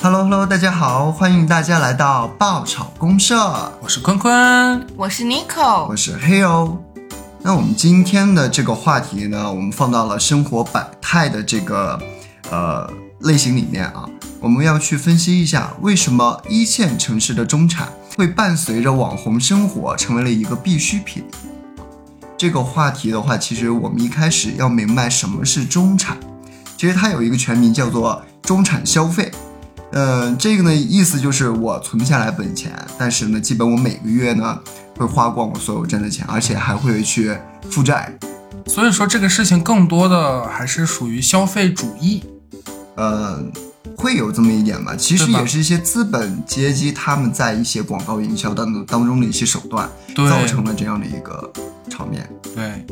Hello Hello，大家好，欢迎大家来到爆炒公社，我是坤坤，我是 Nico，我是黑欧。那我们今天的这个话题呢，我们放到了生活百态的这个呃类型里面啊，我们要去分析一下为什么一线城市的中产会伴随着网红生活成为了一个必需品。这个话题的话，其实我们一开始要明白什么是中产，其实它有一个全名叫做中产消费。呃，这个呢，意思就是我存下来本钱，但是呢，基本我每个月呢会花光我所有挣的钱，而且还会去负债。所以说这个事情更多的还是属于消费主义。呃，会有这么一点吧。其实对吧也是一些资本阶级他们在一些广告营销当中当中的一些手段，对造成了这样的一个场面，对，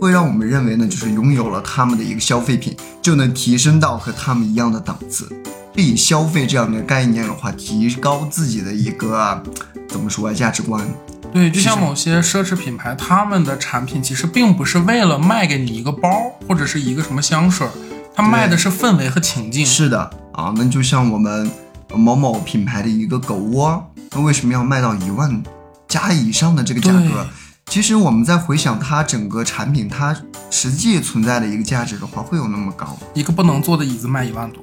会让我们认为呢，就是拥有了他们的一个消费品，就能提升到和他们一样的档次。这以消费这样的概念的话，提高自己的一个怎么说啊，价值观。对，就像是某些奢侈品牌，他们的产品其实并不是为了卖给你一个包或者是一个什么香水儿，它卖的是氛围和情境。是的啊，那就像我们某某品牌的一个狗窝，那为什么要卖到一万加以上的这个价格对？其实我们在回想它整个产品，它实际存在的一个价值的话，会有那么高？一个不能坐的椅子卖一万多。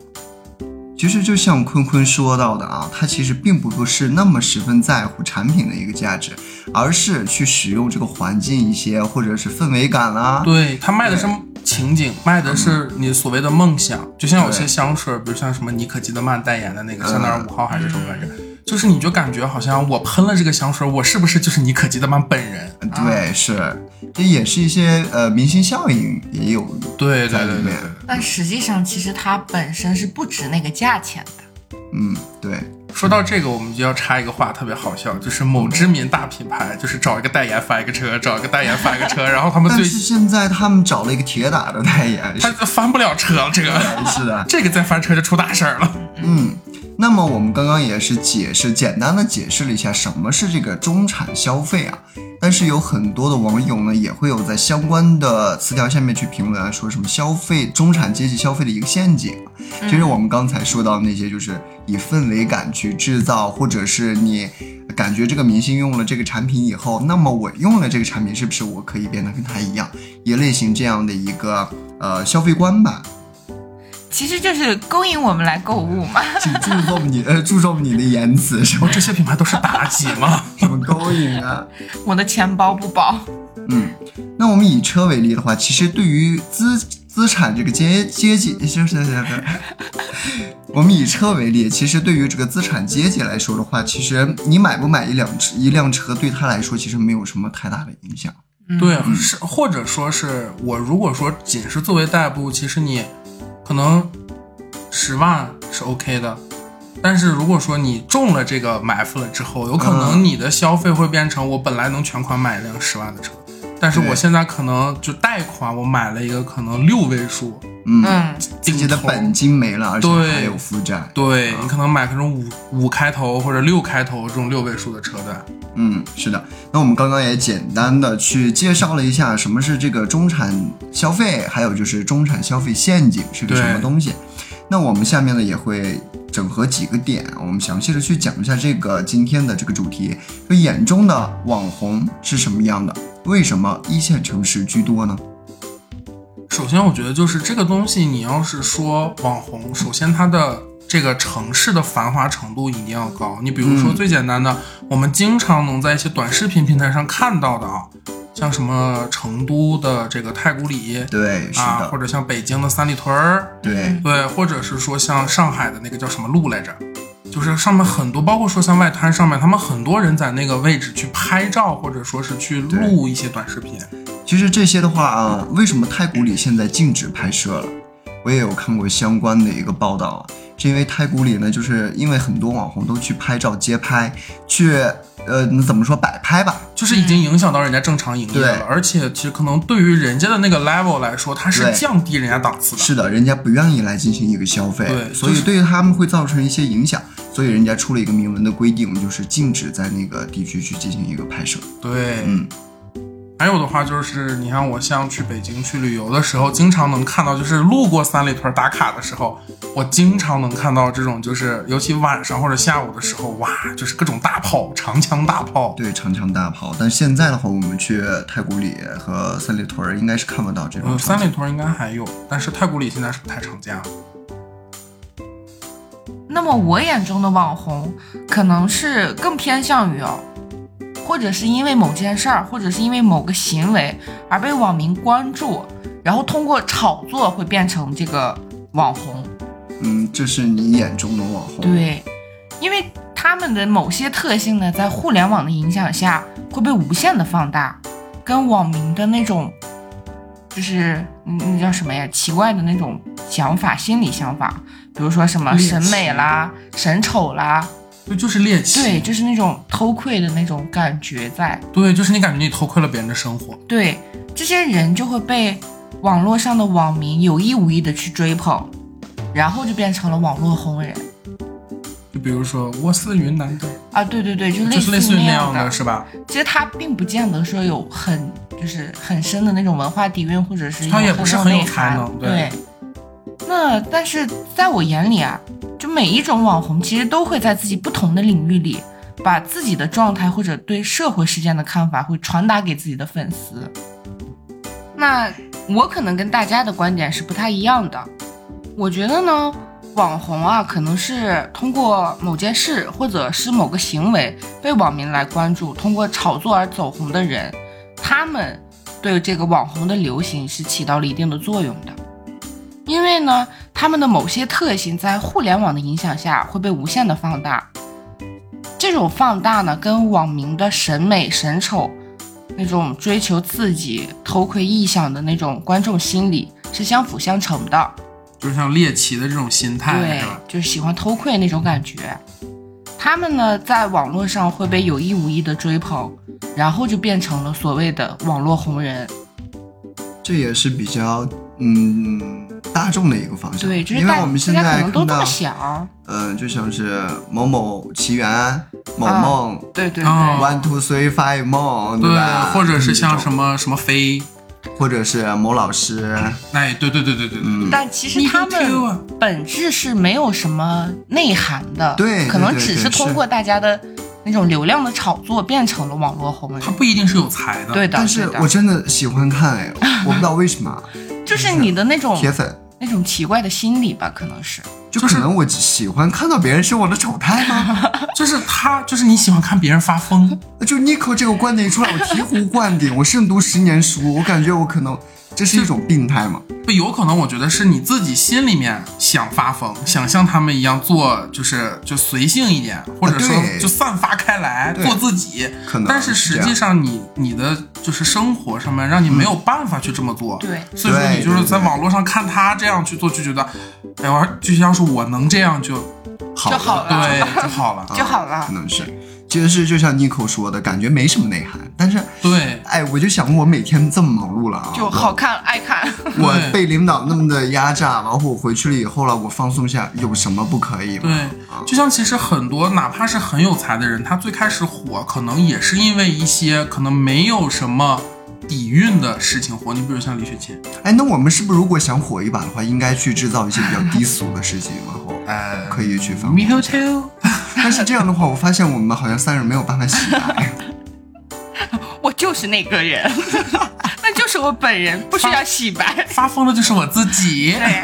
其实就像坤坤说到的啊，他其实并不是那么十分在乎产品的一个价值，而是去使用这个环境一些，或者是氛围感啊啦、对，它卖的是情景，卖的是你所谓的梦想。就像有些香水儿，比如像什么妮可基德曼代言的那个香奈儿五号还是什么玩意儿，就是你就感觉好像我喷了这个香水儿，我是不是就是妮可基德曼本人？对，是，这也是一些呃明星效应也有对对在里对对面。但实际上其实它本身是不值那个价钱的。嗯，对。对。说到这个，我们就要插一个话，特别好笑，就是某知名大品牌，就是找一个代言发一个车，找一个代言发一个车，然后他们但最是现在他们找了一个铁打的代言，他是翻不了车了，这个是的，这个再翻车就出大事儿了。嗯。那么我们刚刚也是解释，简单的解释了一下什么是这个中产消费啊，但是有很多的网友呢也会有在相关的词条下面去评论啊，说什么消费中产阶级消费的一个陷阱啊，嗯其实我们刚才说到那些就是以氛围感去制造，或者是你感觉这个明星用了这个产品以后，那么我用了这个产品是不是我可以变得跟他一样，也类型这样的一个呃消费观吧。其实就是勾引我们来购物嘛，请注重你呃注重你的言辞，什么哦这些品牌都是妲己嘛？什么勾引啊，我的钱包不包？嗯，那我们以车为例的话，其实对于资资产这个阶阶级，是是是是， 我们以车为例，其实对于这个资产阶级来说的话，其实你买不买一辆车一辆车，对他来说其实没有什么太大的影响。对，是或者说是我如果说仅是作为代步，其实你可能十万是 OK 的，但是如果说你中了这个埋伏了之后，有可能嗯你的消费会变成我本来能全款买一辆十万的车，但是对我现在可能就贷款我买了一个可能六位数，嗯，嗯，自己的顶头本金没了，而且对还有负债。对你可能买可能五五开头或者六开头这种六位数的车贷，嗯，是的。那我们刚刚也简单的去介绍了一下什么是这个中产消费，还有就是中产消费陷阱是个对什么东西。那我们下面呢也会整合几个点，我们详细的去讲一下这个今天的这个主题，说眼中的网红是什么样的，为什么一线城市居多呢？首先，我觉得就是这个东西，你要是说网红，首先它的这个城市的繁华程度一定要高。你比如说嗯最简单的，我们经常能在一些短视频平台上看到的啊，像什么成都的这个太古里对，是啊，的或，者像北京的三里屯儿，对，对，或者是说像上海的那个叫什么路来着，就是上面很多，包括说像外滩上面，他们很多人在那个位置去拍照，或者说是去对录一些短视频。其实这些的话啊，为什么太古里现在禁止拍摄了？我也有看过相关的一个报道啊，是因为太古里呢，就是因为很多网红都去拍照街拍，去呃怎么说摆拍吧，就是已嗯经影响到人家正常营业对了，而且其实可能对于人家的那个 level 来说，它是对降低人家档次的。是的，人家不愿意来进行一个消费，对所以就是对于他们会造成一些影响，所以人家出了一个明文的规定，就是禁止在那个地区去进行一个拍摄。对，嗯，还有的话就是，你看我像去北京去旅游的时候，经常能看到，就是路过三里屯打卡的时候，我经常能看到这种，就是尤其晚上或者下午的时候，哇，就是各种大炮、长枪大炮。对，长枪大炮。但现在的话，我们去太古里和三里屯儿应该是看不到这种嗯呃，场景。三里屯应该还有，但是太古里现在是不太常见了。那么我眼中的网红，可能是更偏向于哦，或者是因为某件事儿，或者是因为某个行为而被网民关注，然后通过炒作会变成这个网红。嗯，这是你眼中的哦网红。，对，因为他们的某些特性呢，在互联网的影响下会被无限的放大，跟网民的那种，就是嗯那叫什么呀，奇怪的那种想法、心理想法，比如说什么猎审美奇啦、审丑啦，对，就是猎奇。对，就是那种偷窥的那种感觉在。对，就是你感觉你偷窥了别人的生活。对，这些人就会被网络上的网民有意无意的去追捧，然后就变成了网络红人就比如说我是云南的，啊！对对对，就类就是类似似于那样样的是吧？其实他并不见得说有很就是很深的那种文化底蕴，或者是他也不是很有内才涵能对。对那但是在我眼里啊，就每一种网红其实都会在自己不同的领域里，把自己的状态或者对社会事件的看法会传达给自己的粉丝。那我可能跟大家的观点是不太一样的。我觉得呢，网红啊，可能是通过某件事或者是某个行为被网民来关注，通过炒作而走红的人，他们对这个网红的流行是起到了一定的作用的。因为呢，他们的某些特性在互联网的影响下会被无限的放大，这种放大呢，跟网民的审美审丑那种追求刺激、偷窥臆想的那种观众心理是相辅相成的。就是像猎奇的这种心态，哎对是吧？，就是喜欢偷窥那种感觉。他们呢，在网络上会被有意无意的追捧，然后就变成了所谓的网络红人。这也是比较嗯大众的一个方向。对，就是因为大我们现大家在可能都看这么到，想。呃，就像是某某奇缘、某啊梦、对对对，哦 One Two Three Five 梦，对吧？，或者是像这什种，么什么飞，或者是某老师，嗯哎，对对对对对对对，但其实你他都丢啊们本质是没有什么内涵的，对可对能对只对是通是过大家的那种流量的炒作变成了网络红人他。不一定是有才的，对的，但对是的我真的喜欢看 哎，我不知道为什么，就是你的那种铁粉。啊那种奇怪的心理吧，可能哦是。就可能我喜欢看到别人生活的丑态吗？ 就是他，就是你喜欢看别人发疯，就 Nico 这个观点一出来，我醍醐灌顶，我慎读十年书，我感觉我可能这是一种病态嘛。不有可能我觉得是你自己心里面想发疯，想像他们一样做，就是就随性一点，或者说啊对就散发开来，对做自己可能。但是实际上你你的就是生活上面让你没有办法去这么做，对所以说嗯对你就是对在对网络上看他这样去做，就觉得，哎，我要就要是我能这样就好就好了对就好了，就好了可能是，其实是就像 Nico 说的，感觉没什么内涵，但是。对哎，我就想我每天这么忙碌了啊，就好看爱看，我对被领导那么的压榨，然后我回去了以后了，我放松一下，有什么不可以吗？对，啊就像其实很多哪怕是很有才的人，他最开始火，可能也是因为一些可能没有什么底蕴的事情火。你比如像李雪琴，哎，那我们是不是如果想火一把的话，应该去制造一些比较低俗的事情，然后哎呃可以去放 m。e Too，但是这样的话，我发现我们好像三人没有办法洗白。我就是那个人，那就是我本人，不需要洗白。发疯的就是我自己。对，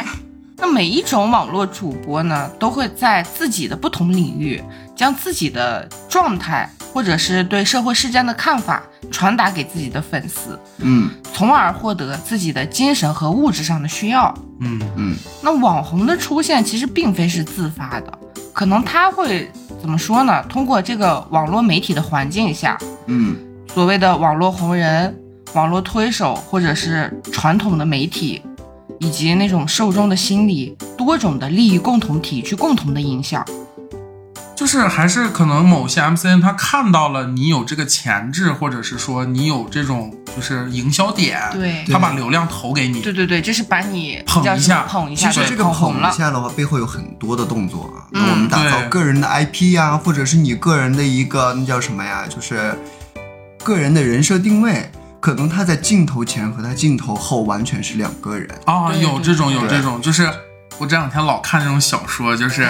那每一种网络主播呢，都会在自己的不同领域，将自己的状态或者是对社会事件的看法传达给自己的粉丝，嗯从而获得自己的精神和物质上的需要。嗯，嗯，那网红的出现其实并非是自发的，可能他会怎么说呢？通过这个网络媒体的环境下，嗯，所谓的网络红人、网络推手，或者是传统的媒体，以及那种受众的心理，多种的利益共同体去共同的影响。就是还是可能某些 MCN 他看到了你有这个潜质，或者是说你有这种就是营销点，对他把流量投给你。对对对，就是把你捧叫一什么下捧一其下，实对这个捧红捧了一。下的话，背后有很多的动作啊。嗯那我们打造对个人的 IP 呀、或者是你个人的一个那叫什么呀？就是个人的人设定位，可能他在镜头前和他镜头后完全是两个人。啊，对有对这种对有这种，就是我这两天老看那种小说，就是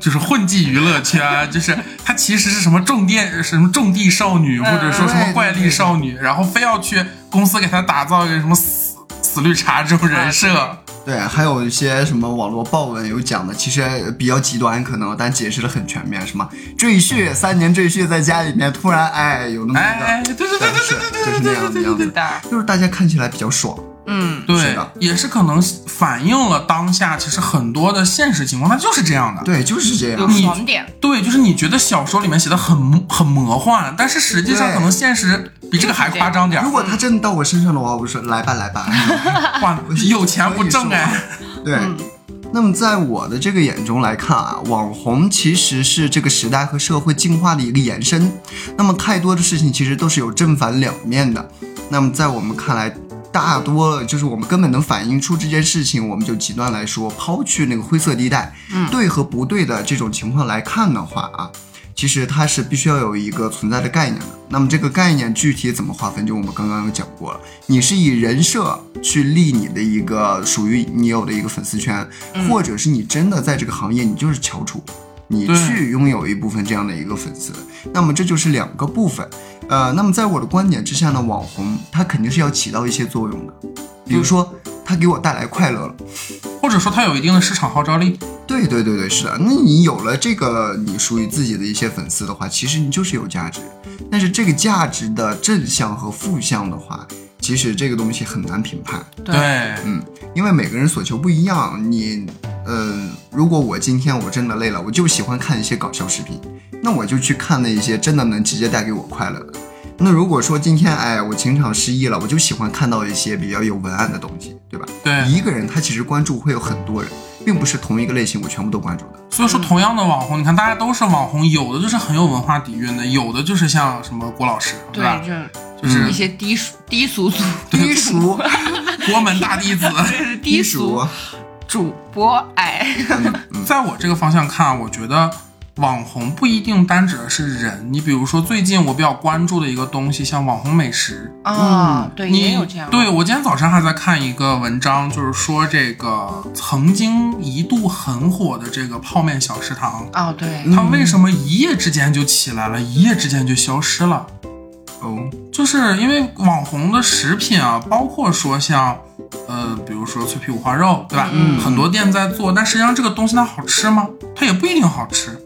就是混迹娱乐圈，就是它其实是什么重电什么种地少女，或者说什么怪力少女，然后非要去公司给她打造一个什么死死绿茶这种人设，对，还有一些什么网络爆文有讲的，其实比较极端，可能但解释的很全面，什么赘婿三年赘婿在家里面突然哎有那么一个，哎，对对对对但是对就是对那对样的对对样对子对。，的，就是大家看起来比较爽。嗯，是对的，也是可能反映了当下其实很多的现实情况，它就是这样的。对，就是这有样。你爽点，对，就是你觉得小说里面写的很魔很魔幻，但是实际上对可能现实比这个还夸张点 儿如。果他真的到我身上的话，我说来吧来吧。哇，有钱不挣哎。对。那么，在我的这个眼中来看啊，网红其实是这个时代和社会进化的一个延伸。那么，太多的事情其实都是有正反两面的。那么，在我们看来，大多就是我们根本能反映出这件事情，我们就极端来说，抛去那个灰色地带，对和不对的这种情况来看的话啊，其实它是必须要有一个存在的概念的。那么这个概念具体怎么划分，就我们刚刚有讲过了。你是以人设去立你的一个属于你有的一个粉丝圈，或者是你真的在这个行业你就是翘楚，你对去拥有一部分这样的一个粉丝，那么这就是两个部分。呃，那么在我的观点之下呢，网红它肯定是要起到一些作用的，比如说它给我带来快乐了。或者说它有一定的市场号召力。对对对对，是的。那你有了这个你属于自己的一些粉丝的话，其实你就是有价值。但是这个价值的正向和负向的话，其实这个东西很难评判，对因为每个人所求不一样。你，呃，如果我今天我真的累了，我就喜欢看一些搞笑视频，那我就去看那一些真的能直接带给我快乐的。那如果说今天哎我情场失意了，我就喜欢看到一些比较有文案的东西，对吧？对，一个人他其实关注会有很多人，并不是同一个类型我全部都关注的。所以说同样的网红，你看大家都是网红，有的就是很有文化底蕴的，有的就是像什么郭老师，是吧？对，就就是是一些低俗低俗族，低俗， 国门大弟子。对低俗，啊主播哎，在我这个方向看，啊我觉得网红不一定单指的是人。你比如说，最近我比较关注的一个东西，像网红美食，啊，对，你也有这样，对我今天早上还在看一个文章，就是说这个曾经一度很火的这个泡面小食堂，哦，对，它为什么一夜之间就起来了，一夜之间就消失了？哦，就是因为网红的食品啊，包括说像，呃，比如说脆皮五花肉，对吧？嗯很多店在做，但实际上这个东西它好吃吗？它也不一定好吃。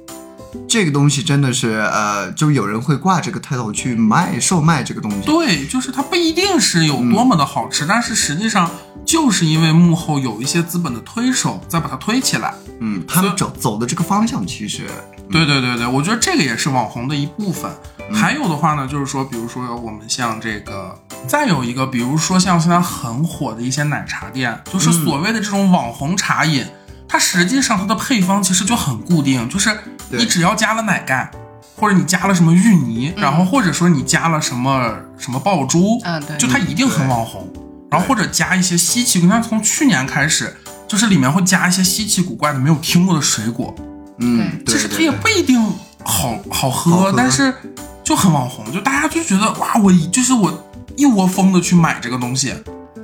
这个东西真的是呃，就有人会挂这个 title 去卖售卖这个东西。对，就是它不一定是有多么的好吃，但是实际上就是因为幕后有一些资本的推手在把它推起来。嗯，他们走走的这个方向其实对对对对，我觉得这个也是网红的一部分。还有的话呢，就是说，比如说我们像这个，再有一个，比如说像现在很火的一些奶茶店，就是所谓的这种网红茶饮，它实际上它的配方其实就很固定，就是你对只要加了奶盖，或者你加了什么芋泥，然后或者说你加了什么什么爆珠，嗯对就它一定很对网红。然后或者加一些稀奇，你看从去年开始，就是里面会加一些稀奇古怪的没有听过的水果，嗯，对其实对它也对不一定好好喝，好喝但是就很网红，就大家就觉得哇，我一就是我一窝蜂的去买这个东西。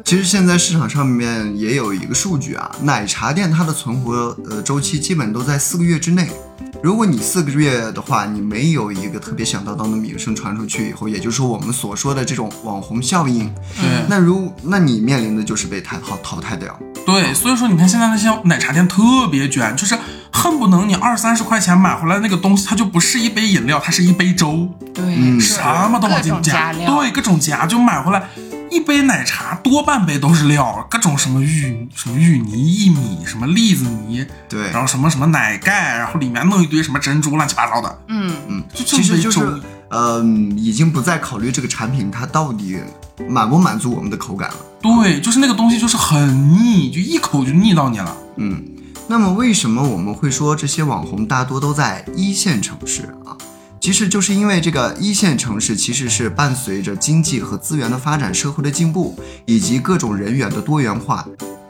其实现在市场上面也有一个数据啊，奶茶店它的存活呃周期基本都在四个月之内。如果你四个月的话，你没有一个特别响当当的名声传出去以后，也就是说我们所说的这种网红效应，对、那如那你面临的就是被淘淘淘汰掉。对，所以说你看现在那些奶茶店特别卷，就是恨不能你二三十块钱买回来那个东西，它就不是一杯饮料，它是一杯粥，对，嗯什么都往进各种加料对，各种夹，就买回来。一杯奶茶多半杯都是料，各种什么芋什么芋泥、薏米、什么栗子泥，对，然后什么什么奶盖，然后里面弄一堆什么珍珠，乱七八糟的。嗯，嗯，就其实就是这么一种，嗯，已经不再考虑这个产品它到底满不满足我们的口感了。对，就是那个东西就是很腻，就一口就腻到你了。嗯，那么为什么我们会说这些网红大多都在一线城市啊？其实就是因为这个一线城市其实是伴随着经济和资源的发展、社会的进步以及各种人员的多元化，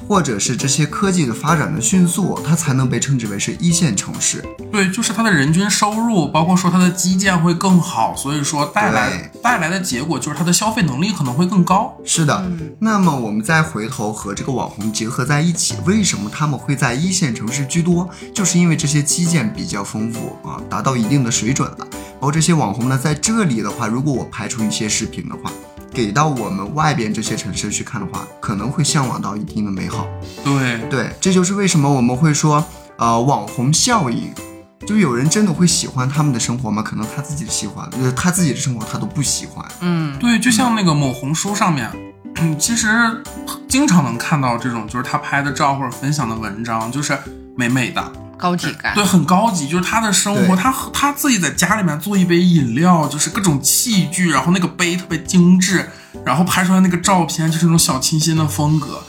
或者是这些科技的发展的迅速，它才能被称之为是一线城市。对，就是它的人均收入，包括说它的基建会更好，所以说带来带来的结果就是它的消费能力可能会更高。是的，嗯那么我们再回头和这个网红结合在一起，为什么他们会在一线城市居多？就是因为这些基建比较丰富啊，达到一定的水准了。然后这些网红呢，在这里的话，如果我排除一些视频的话，给到我们外边这些城市去看的话，可能会向往到一定的美好。对，对，这就是为什么我们会说，呃，网红效应。就有人真的会喜欢他们的生活吗？可能他自己喜欢，就是他自己的生活他都不喜欢。嗯，对，就像那个某红书上面，其实经常能看到这种，就是他拍的照或者分享的文章，就是美美的，高级感对，，很高级，就是他的生活，对他他自己在家里面做一杯饮料，就是各种器具，然后那个杯特别精致，然后拍出来那个照片就是那种小清新的风格。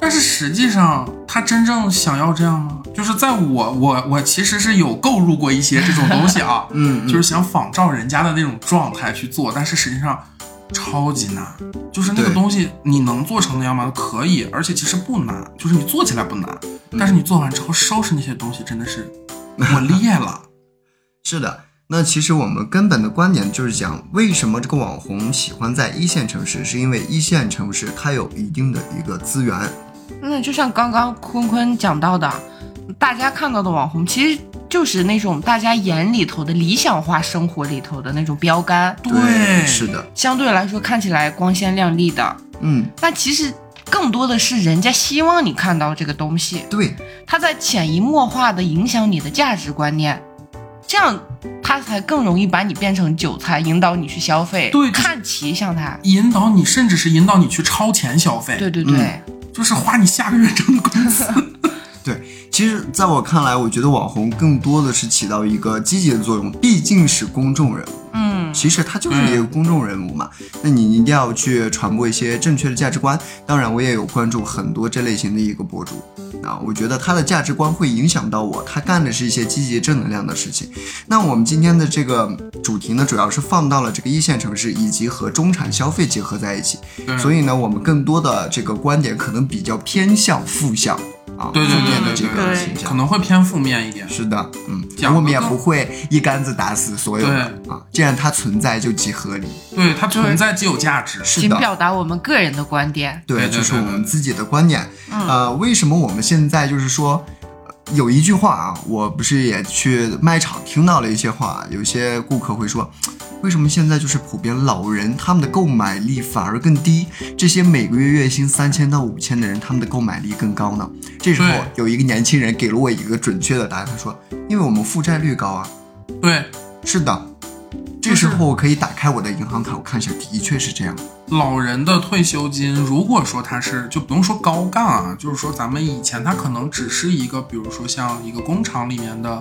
但是实际上，他真正想要这样吗？就是在我我我其实是有购入过一些这种东西啊，嗯，嗯就是想仿照人家的那种状态去做，但是实际上超级难。就是那个对东西，你能做成那样吗？可以，而且其实不难，就是你做起来不难，但是你做完之后收拾那些东西真的是我裂了。是的，那其实我们根本的观点就是讲，为什么这个网红喜欢在一线城市，是因为一线城市它有一定的一个资源。那就像刚刚坤坤讲到的，大家看到的网红其实就是那种大家眼里头的理想化生活里头的那种标杆，是，的，相对来说看起来光鲜亮丽的，嗯，那其实更多的是人家希望你看到这个东西，对，它在潜移默化的影响你的价值观念，这样它才更容易把你变成韭菜，引导你去消费，对就是看齐向它。引导你，甚至是引导你去超前消费，对对对，就是花你下个月挣的工资。其实在我看来，我觉得网红更多的是起到一个积极的作用，毕竟是公众人物。嗯，其实他就是一个公众人物嘛，那你一定要去传播一些正确的价值观。当然，我也有关注很多这类型的一个博主啊，我觉得他的价值观会影响到我，他干的是一些积极正能量的事情。那我们今天的这个主题呢，主要是放到了这个一线城市以及和中产消费结合在一起，对所以呢，我们更多的这个观点可能比较偏向负向啊，对对负面的对这对个对形对，象可。能会偏负面一点。是的，嗯，讲我们得也更不会一竿子打死所有人啊，既然它存在就即合理。对，它存在即有价值。是仅的，表达我们个人的观点。对，对对就是我对对嗯们自己的观点。呃，为什么我们现在就是说，呃有一句话啊，我不是也去卖场听到了一些话，有些顾客会说。为什么现在就是普遍老人他们的购买力反而更低？这些每个月月薪三千到五千的人，他们的购买力更高呢？这时候对有一个年轻人给了我一个准确的答案，他说：“因为我们负债率高啊。”对，是的，这就是时候我可以打开我的银行卡，我看一下，的确是这样。老人的退休金，如果说他是就不用说高杠啊，就是说咱们以前他可能只是一个，比如说像一个工厂里面的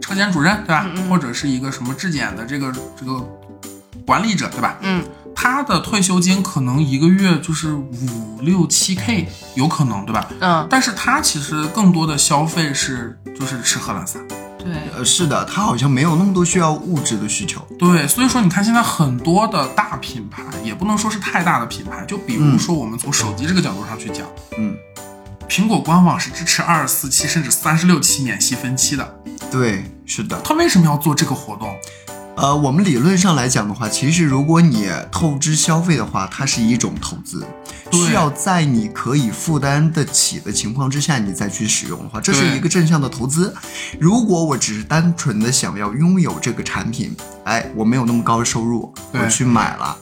车间主任，对吧？嗯嗯或者是一个什么质检的这个这个管理者，对吧？嗯，他的退休金可能一个月就是五六七 K，有可能，对吧？嗯，但是他其实更多的消费是就是吃喝拉撒，对，呃，是的，他好像没有那么多需要物质的需求。对，所以说你看现在很多的大品牌，也不能说是太大的品牌，就比如说我们从手机这个角度上去讲，嗯，苹果官网是支持二十四期甚至三十六期免息分期的，对，是的。他为什么要做这个活动？呃，我们理论上来讲的话，其实如果你透支消费的话，它是一种投资，对需要在你可以负担得起的情况之下，你再去使用的话，这是对一个正向的投资。如果我只是单纯的想要拥有这个产品，哎，我没有那么高的收入，我对去买了。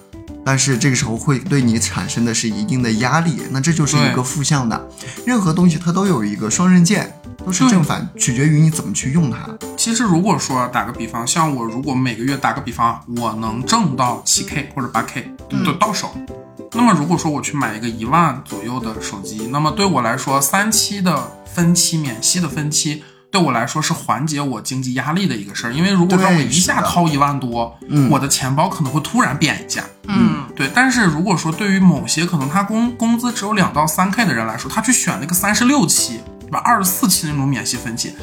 但是这个时候会对你产生的是一定的压力，那这就是一对个负向的。任何东西它都有一个双刃剑，都是对正反，取决于你怎么去用它。其实如果说打个比方，像我如果每个月打个比方啊，我能挣到七 K 或者八 K 嗯的到手，那么如果说我去买一个一万左右的手机，那么对我来说，三期的分期免息的分期。对我来说是缓解我经济压力的一个事儿，因为如果让我对一是下的掏一万多，嗯我的钱包可能会突然变一下。嗯，对，但是如果说对于某些可能他工工资只有两到三 K 的人来说，他去选那个三十六期，对吧？二十四期那种免息分期，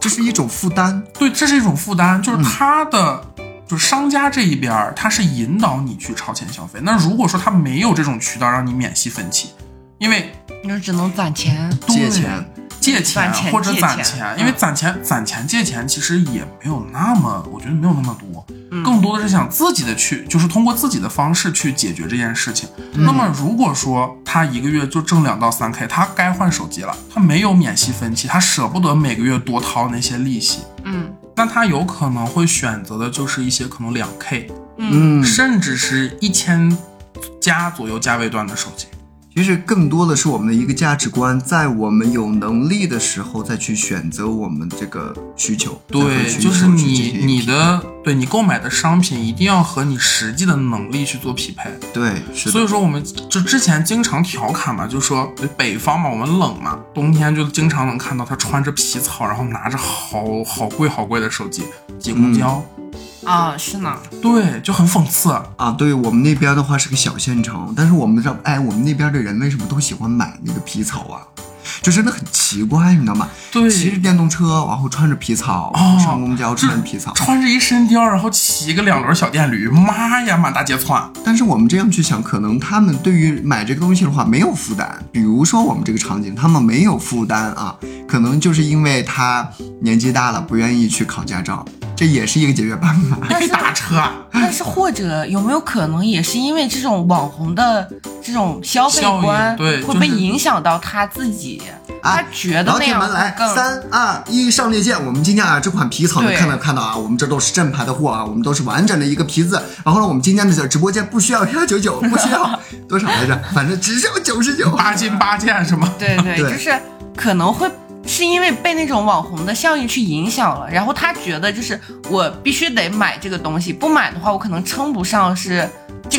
这是一种负担，对，这是一种负担，嗯就是他的、就是商家这一边儿，他是引导你去超前消费。那如果说他没有这种渠道让你免息分期，因为就是嗯只能攒钱。借钱，借钱攒钱或者借攒钱钱，因为嗯攒钱、攒钱借钱其实也没有那么，我觉得没有那么多，嗯更多的是想自己的去，就是通过自己的方式去解决这件事情。嗯那么如果说他一个月就挣两到三 K，他该换手机了，他没有免息分期，他舍不得每个月多掏那些利息，嗯那他有可能会选择的就是一些可能两 K，嗯嗯，甚至是一千加左右价位段的手机。其实更多的是我们的一个价值观，在我们有能力的时候再去选择我们这个需求。才会对，去就是做出这些你你的对你购买的商品一定要和你实际的能力去做匹配。对是所的，以说我们就之前经常调侃嘛，就说哎北方嘛，我们冷嘛，冬天就经常能看到他穿着皮草，然后拿着好好贵好贵的手机挤嗯公交，啊，是呢，对，就很讽刺。啊，对我们那边的话是个小县城，但是我们知道，哎，我们那边的人为什么都喜欢买那个皮草啊？就真的很奇怪，你知道吗？对，骑着电动车，然后穿着皮草，哦上公交这穿着皮草。穿着一身貂，然后骑一个两轮小电驴，妈呀，满大街窜。 但是我们这样去想，可能他们对于买这个东西的话没有负担。比如说我们这个场景，他们没有负担啊，可能就是因为他年纪大了，不愿意去考驾照，这也哎是一个解决办法。还可以打车啊，但是或者有没有可能也是因为这种网红的这种消费效应观对会被就是影响到他自己，他啊觉得老哎那铁样们来会，更三二一，上列舰！我们今天啊，这款皮草能对看到看到啊，我们这都是正牌的货啊，我们都是完整的一个皮子。然后呢，我们今天的直播间不需要幺九九，不需要多少来着，反正只要九十九。八斤八件 什么？对对，对就是可能会是因为被那种网红的效应去影响了，然后他觉得就是我必须得买这个东西，不买的话我可能称不上是这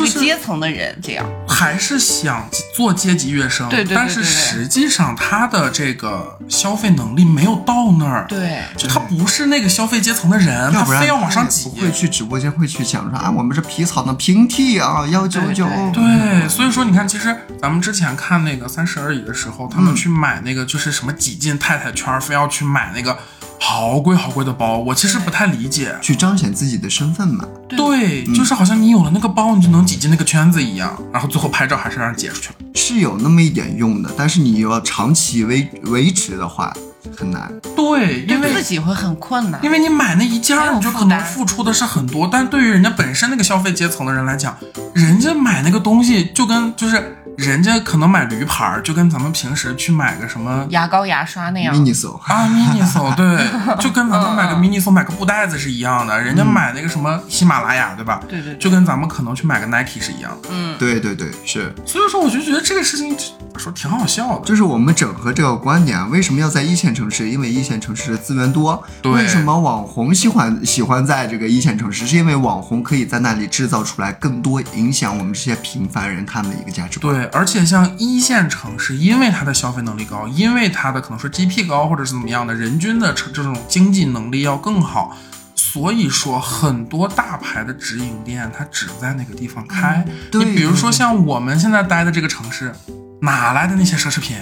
就个是阶层的人。这样，还是想做阶级跃升，对对对但是对对实际上他的这个消费能力没有到那儿，对，就他不是那个消费阶层的人，要啊他不然非要往上他挤不。会去直播间会去想说啊，我们这皮草能平替啊，幺九九。对，所以说你看，其实咱们之前看那个《三十而已》的时候，他嗯们去买那个就是什么几进太太圈，非要去买那个好贵好贵的包，我其实不太理解。去彰显自己的身份嘛。对对，嗯就是好像你有了那个包，你就能挤进那个圈子一样，然后最后拍照还是让人截出去了。是有那么一点用的，但是你要长期维维持的话很难。对，因为对自己会很困难。因为你买那一件没儿，有你就可负能担付出的是很多，但对于人家本身那个消费阶层的人来讲，人家买那个东西就跟就是人家可能买驴牌儿，就跟咱们平时去买个什 么牙膏、牙刷那样， Miniso 啊 Miniso，对，就跟咱们买个 Miniso 买个布袋子是一样的，人家买那个什么喜马拉雅，对吧？对对对，就跟咱们可能去买个 Nike 是一样的，嗯，对对对，是，所以说我就觉得这个事情说挺好笑的，就是我们整合这个观点啊，为什么要在一线城市？因为一线城市的资源多。对为什么网红喜欢喜欢在这个一线城市？是因为网红可以在那里制造出来更多影响我们这些平凡人他们的一个价值观。对，而且像一线城市，因为它的消费能力高，因为它的可能说 GDP 高或者是怎么样的，人均的这这种经济能力要更好，所以说很多大牌的直营店它只在那个地方开。嗯对你比如对说对像我们现在待的这个城市，哪来的那些奢侈品？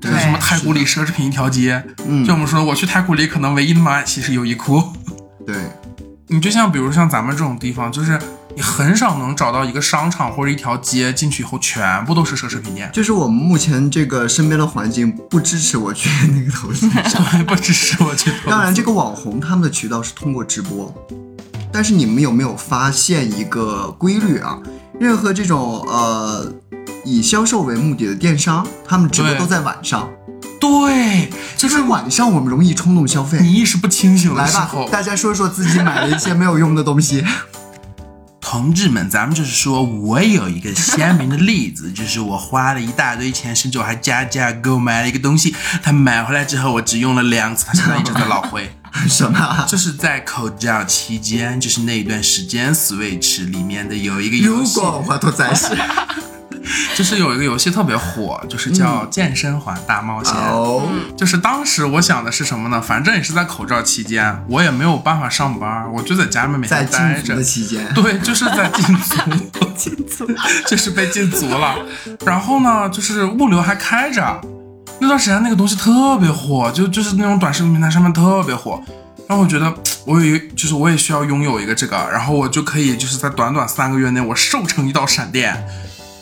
对什么对太古里奢侈品一条街？嗯就我们说，我去太古里可能唯一的买其实优衣库。对， 你就像比如像咱们这种地方，就是你很少能找到一个商场或者一条街进去以后全部都是奢侈品店。就是我们目前这个身边的环境不支持我去那个投资。 对，不支持我去投资。当然，这个网红他们的渠道是通过直播，但是你们有没有发现一个规律啊？任何这种呃以销售为目的的电商，他们直播对都在晚上。对，就就是是晚上我们容易冲动消费。你意识不清醒的来时吧候，，大家说说自己买了一些没有用的东西。 同志们，咱们就是说，我有一个鲜明的例子， 就是我花了一大堆钱，甚至我还加价购买了一个东西，他买回来之后，我只用了两次，他现在一直在老灰。什么啊？ 就是在口罩期间，就是那一段时间，Switch 里面的有一个游如戏，果我都在是就是有一个游戏特别火，就是叫《健身环大冒险》。嗯哦，就是当时我想的是什么呢？反正也是在口罩期间，我也没有办法上班，我就在家里面每在天待禁足嗯着的。期间，对，就是在禁足，禁足，就是被禁足了。然后呢，就是物流还开着，那段时间那个东西特别火，就就是那种短视频平台上面特别火。然后我觉得我有一个，就是我也需要拥有一个这个，然后我就可以就是在短短三个月内我瘦成一道闪电。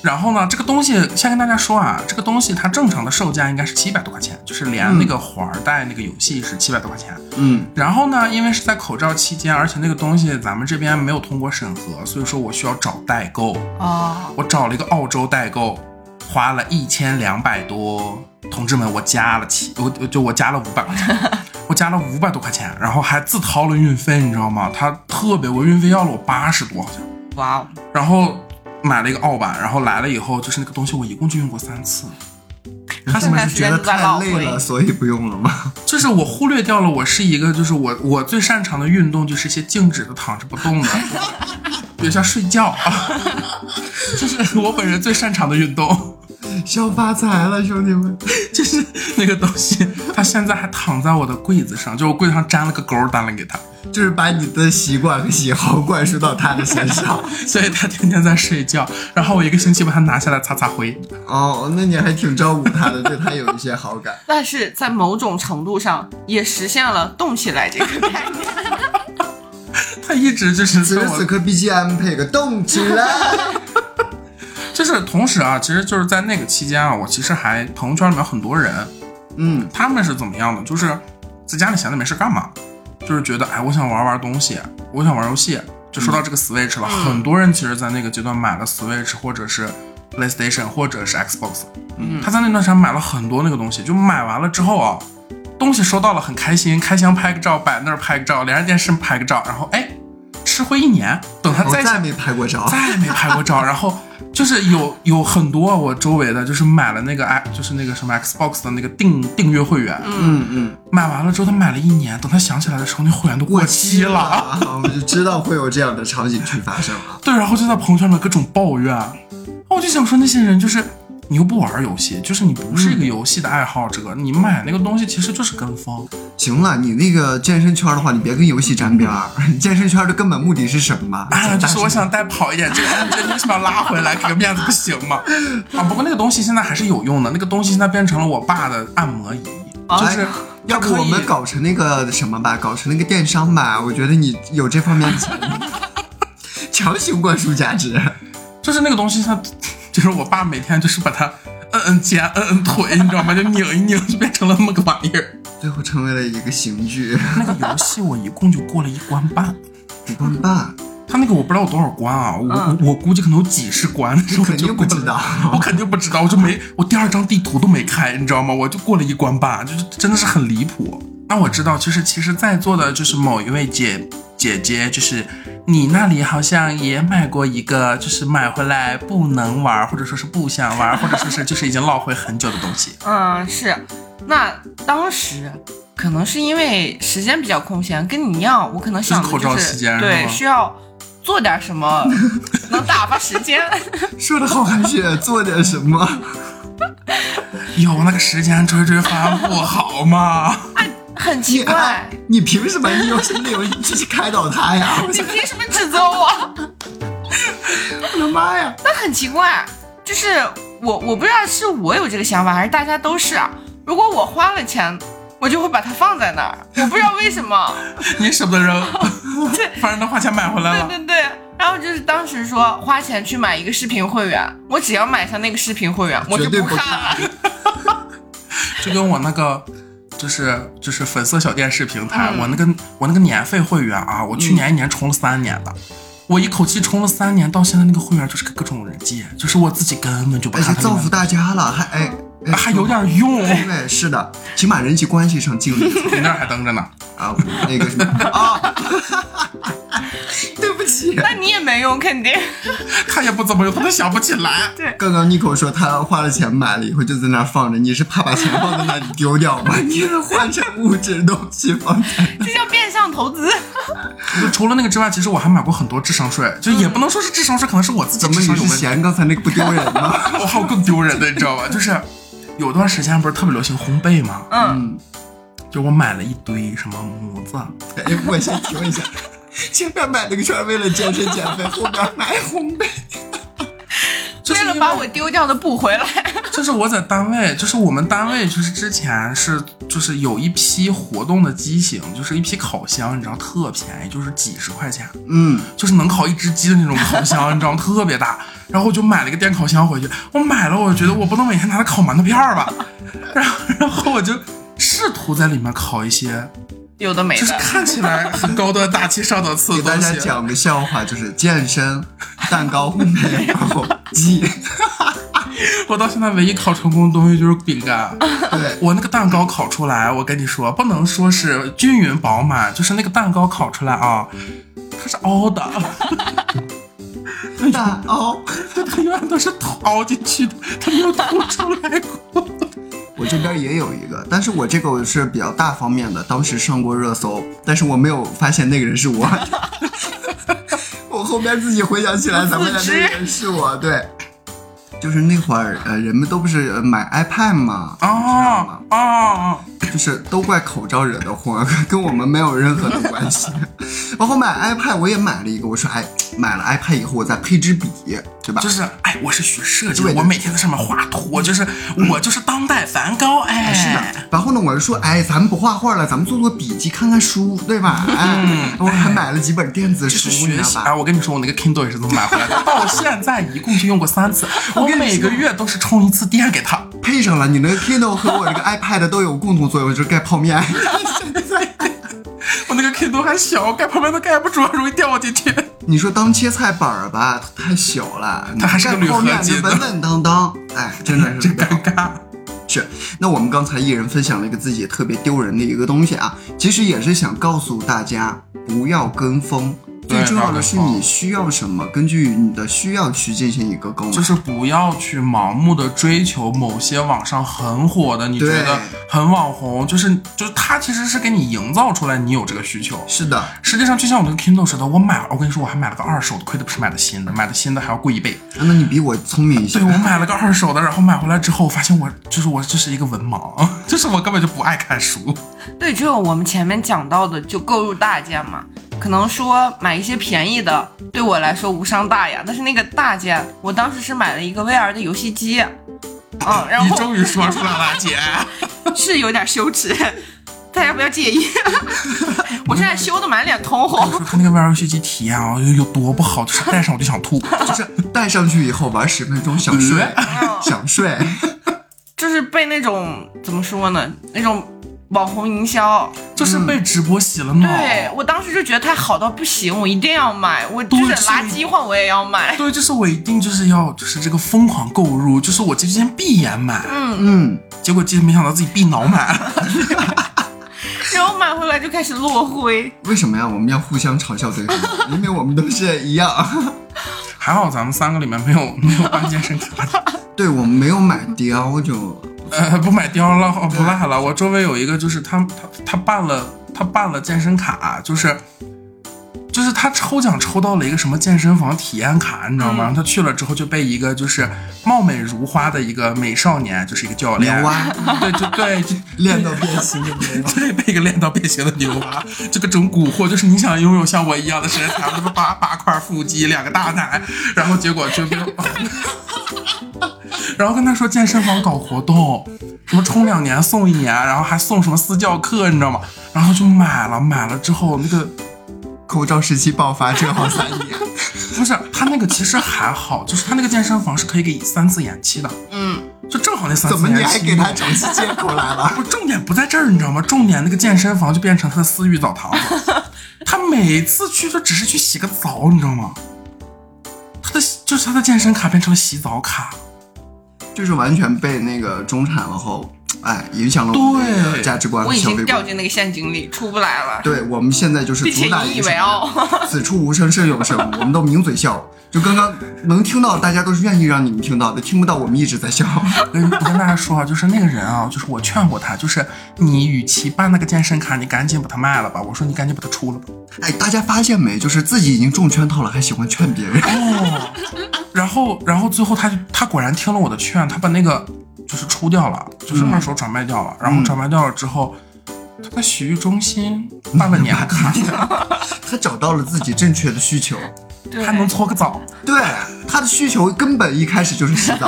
然后呢，这个东西先跟大家说啊，这个东西它正常的售价应该是七百多块钱，就是连那个环儿带那个游戏是七百多块钱。嗯，然后呢，因为是在口罩期间，而且那个东西咱们这边没有通过审核，所以说我需要找代购。哦，我找了一个澳洲代购，花了一千两百多。同志们，我加了七，我我就我加了五百块钱，我加了五百多块钱，然后还自掏了运费，你知道吗？他特别贵，运费要了我八十多好像。哇哦，然后买了一个澳版，然后来了以后，就是那个东西我一共就用过三次，他是不是觉得太累了，所以不用了吗？就是我忽略掉了我是一个，就是我我最擅长的运动就是一些静止的躺着不动的，比如像睡觉啊， 就是我本人最擅长的运动，想发财了，兄弟们！就是那个东西，它现在还躺在我的柜子上，就我柜子上粘了个钩，单了给他，就是把你的习惯和喜好灌输到他的身 上。所以他天天在睡觉，然后我一个星期把它拿下来擦擦灰，哦，那你还挺照顾他的，对他有一些好感。但是在某种程度上也实现了动起来这个概 念。他一直 就是此对时我此刻 BGM 配个动起 来。就是同时啊，其实就是在那个期间啊，我其实还朋友圈里面有很多人，嗯，他们是怎么样的？就是在家里闲着没事干嘛，就是觉得哎，我想玩玩东西，我想玩游戏。就说到这个 Switch 了，嗯很多人其实，在那个阶段买了 Switch 或者是 PlayStation 或者是 Xbox。嗯他在那段时间买了很多那个东西，就买完了之后啊，东西收到了很开心，开箱拍个照，摆那儿拍个照，连着电视拍个照，然后哎，吃灰一年，等他我再再没拍过照。再也没拍过照。然后就是有有很多我周围的，就是买了那个哎，就是那个什么 Xbox 的那个订订阅会员，嗯，嗯嗯，买完了之后他买了一年，等他想起来的时候，那会员都过期了。啊， 我们就知道会有这样的场景去发生啊。 对，然后就在朋友圈里面各种抱怨。我就想说，那些人就是你又不玩游戏，就是你不是一个游戏的爱好者，你买那个东西其实就是跟风。行了，你那个健身圈的话，你别跟游戏沾边儿。你健身圈的根本目的是什么？啊，就是我想带跑一点，这个这你为什么要拉回来，给个面子不行吗？啊，不过那个东西现在还是有用的，那个东西现在变成了我爸的按摩仪，啊就是它哎要不可我以们搞成那个什么吧，搞成那个电商吧，我觉得你有这方面的 潜力，强行灌输价值。就是那个东西它，就是我爸每天就是把它摁摁肩、摁摁腿，你知道吗？就拧一拧，就变成了那么个玩意儿。最后成为了一个刑具，那个游戏我一共就过了一关半，五关半，他那个我不知道有多少关啊，我、嗯我我估计可能有几十关，但是我肯定就不过了知道。 我肯定不知道，我就没我第二张地图都没开，你知道吗？我就过了一关半，就是真的是很离谱。那我知道，就是其实在座的就是某一位姐姐姐，就是你那里好像也买过一个，就是买回来不能玩，或者说是不想玩，或者说是就是已经落灰很久的东西。嗯，是。那当时可能是因为时间比较空闲，跟你一样，我可能想的就是口就罩是期间是对吗需要做点 什么能打发时间。说的好含蓄，做点什么？有那个时间追追番不好吗？ 很你奇怪，啊你凭什么？你有什么理由去开导他呀？你凭什么指责我？我的妈哎呀！那很奇怪，就是我我不知道是我有这个想法，还是大家都是啊。如果我花了钱，我就会把它放在那儿，我不知道为什么。你舍不得扔， 反正都花钱买回来了。对对对，然后就是当时说花钱去买一个视频会员，我只要买下那个视频会员，我就绝对不看了。 就跟我那个就是就是粉色小店视平台，嗯我那个我那个年费会员啊，我去年一年充了三年的。我一口气充了三年，到现在那个会员就是跟各种人借，就是我自己根本就不哎，看就他造们福的，大家了，还哎哎还有点用，你对，是的，起码人际关系上尽力那儿还等着呢。啊，我那个什么啊， 对不起，那你也没用，肯定。他也不怎么用，他都想不起来。刚刚 Nico 说他花了钱买了以后就在那儿放着，你是怕把钱放在那里丢掉吗？ 你是换成物质东西放在这叫变相投资。就除了那个之外，其实我还买过很多智商税，就也不能说是智商税，可能是我自己怎么智你商有是问题。嫌刚才那个不丢人 吗？ 我还有更丢人的，你知道吧？就是有段时间不是特别流行烘焙吗？嗯，就我买了一堆什么模子，啊哎，我先停一下，前面买了个圈儿为了健身减肥，后边买烘焙。就是为因了把我丢掉的补回来。 就是我在单位，就是我们单位，就是之前是就是有一批活动的机型，就是一批烤箱，你知道特便宜，就是几十块钱，嗯，就是能烤一只鸡的那种烤箱，你知道吗特别大。然后我就买了一个电烤箱回去。我买了，我觉得我不能每天拿它烤馒头片儿吧，然后然后我就试图在里面烤一些，有的没就是的，看起来很高端、大气、上档次给的大东家西。讲个笑话，就是健身、蛋糕、烘焙、然后鸡。我到现在唯一烤成功的东西就是饼干。对，我那个蛋糕烤出来，我跟你说，不能说是均匀饱满，就是那个蛋糕烤出来啊，它是凹的， 蛋糕，它永远都是凹进去的，它没有凸出来过。我这边也有一个，但是我这个我是比较大方面的，当时上过热搜，但是我没有发现那个人是我。 我后边自己回想起来，才发现那个人是我。对，就是那会儿，呃，人们都不是呃买 iPad 嘛，你知道吗哦哦哦，就是都怪口罩惹的祸，跟我们没有任何的关系。然后买 iPad 我也买了一个，我说哎，买了 iPad 以后我再配支笔，对吧？就是哎，我是学设计对的，对我每天在上面画图，我就是我就是当代梵高，哎，是的，然后呢，我就说，哎，咱们不画画了，咱们做做笔记，看看书，对吧？哎，我还买了几本电子嗯是书，你学知习道吧？啊！我跟你说，我那个 Kindle 也是这么买回来的，到现在一共就用过 三次，哦我每个月都是充一次电给他。配上了你那个 Kindle 和 我这个 iPad 都有共同作用，就是盖泡面。我那个 Kindle 还小，我盖旁边都盖不住，容易掉进去。你说当切菜板儿吧，太小了，它还是个盖泡面铝合金的稳稳当当，哎，真的是 真尴尬。是，那我们刚才一人分享了一个自己特别丢人的一个东西啊，其实也是想告诉大家不要跟风，对最重要的是不要跟你风需要什么，根据你的需要去进行一个购买。就是不要去盲目的追求某些网上很火的，你觉对得很网红，就是就是它其实是给你营造出来你有这个需求。是的，啊实际上，就像我那个 Kindle 似的，我买了，我跟你说，我还买了个二手的，亏的不是买的新的，买的新的还要贵一倍。啊那你比我聪明一些对，。我买了个二手的，然后买回来之后，我发现我就是我这是一个文盲， 就是我根本就不爱看书。对，就我们前面讲到的，就购入大件嘛，可能说买一些便宜的，对我来说无伤大雅。但是那个大件，我当时是买了一个 VR 的游戏机，嗯，然你后终于说出来了， 姐，是有点羞耻， 大家不要介意。我现在羞得满脸通我红，说他那个玩游戏机体验啊有有多不好，就是戴上我就想吐。 就是戴上去以后玩十分钟想睡，嗯 哦想睡。 就是被那种怎么说呢，那种网红营销。哦就是被直播洗了脑。对我当时就觉得它好到不行，我一定要买，我就是对是垃圾换我也要 买。 对，就是我一定就是要就是这个疯狂购入，就是我这之前闭眼买，嗯，结果今天没想到自己闭脑买。然后买回来就开始落灰。为什么呀？我们要互相嘲笑对方，明明我们都是一样。 还好咱们三个里面没有没有办健身卡的，对我们没有买貂，就呃，不买貂了，哦不赖了。我周围有一个就是他他他办了他办了健身卡，就是。就是他抽奖抽到了一个什么健身房体验卡，你知道吗？他去了之后就被一个就是貌美如花的一个美少年，就是一个教练牛， 蛙对，就对，就练到变形的 牛蛙。对，被一个练到变形的牛蛙，就各种蛊惑，就是你想拥有像我一样的身材，那么八八块腹肌，两个大奶，然后结果就被， 然后跟他说健身房搞活动，什么充两年送一年，然后还送什么私教课，你知道吗？然后就买了，买了之后那个口罩时期爆发正好三 年。不是他那个其实还好，就是他那个健身房是可以给三次延期的，嗯，就正好那三怎次么延你还期。给他找起借口来 了？不，重点不在这儿，你知道吗？重点那个健身房就变成他的私域澡堂了。他每次去就只是去洗个澡，你知道吗？他的就是他的健身卡变成了洗澡卡，就是完全被那个中产了后，哎，影响了我们对的价值观和我已消费经掉观。进那个陷阱里，出不来了，对我们现在就是并且主打引一以个什为么傲。 此处无声胜有声，我们都抿嘴笑。就刚刚能听到，大家都是愿意让你们听到的，听不到我们一直在笑。我跟我跟大家说啊，就是那个人啊，就是我劝过他，就是你与其办那个健身卡，你赶紧把它卖了吧。我说你赶紧把它出了吧。哎，大家发现没？就是自己已经中圈套了，还喜欢劝别人。 哦，然后然后最后他就他果然听了我的劝，他把那个就是出掉了，就是二手转卖掉了。然后转卖掉了之后，他在洗浴中心办了年卡。他找到了自己正确的需求，对还能搓个澡。对他的需求根本一开始就是洗澡。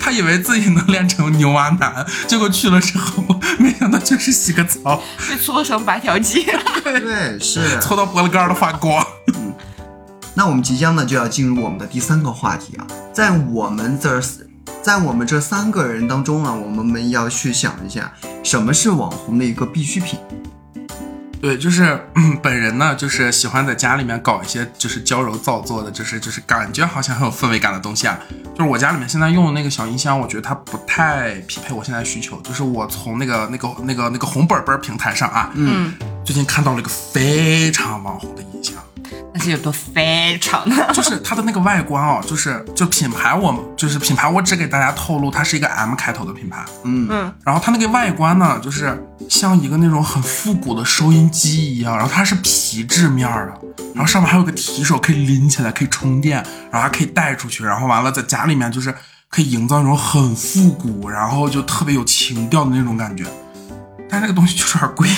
他以为自己能练成牛蛙男，结果去了之后，没想到就是洗个澡，被搓成白条鸡。对，是。搓到脖子盖儿都发光。那我们即将呢就要进入我们的第三个话题啊，在我们这儿在我们这三个人当中呢，啊我们们要去想一下什么是网红的一个必需品。对，就是、嗯本人呢，就是喜欢在家里面搞一些就是娇柔造作的，就是就是感觉好像很有氛围感的东西啊。就是我家里面现在用的那个小音箱，我觉得它不太匹配我现在需求。就是我从那个那个那个那个红本本平台上啊，嗯，最近看到了一个非常网红的音箱，那是有多非常的，就是它的那个外观哦，就是就品牌我就是品牌，我只给大家透露，它是一个 M 开头的品牌。嗯嗯，然后它那个外观呢，就是像一个那种很复古的收音机一样，然后它是皮质面儿的，然后上面还有个提手可以拎起来，可以充电，然后还可以带出去，然后完了在家里面就是可以营造那种很复古，然后就特别有情调的那种感觉。但是这个东西就是有点贵，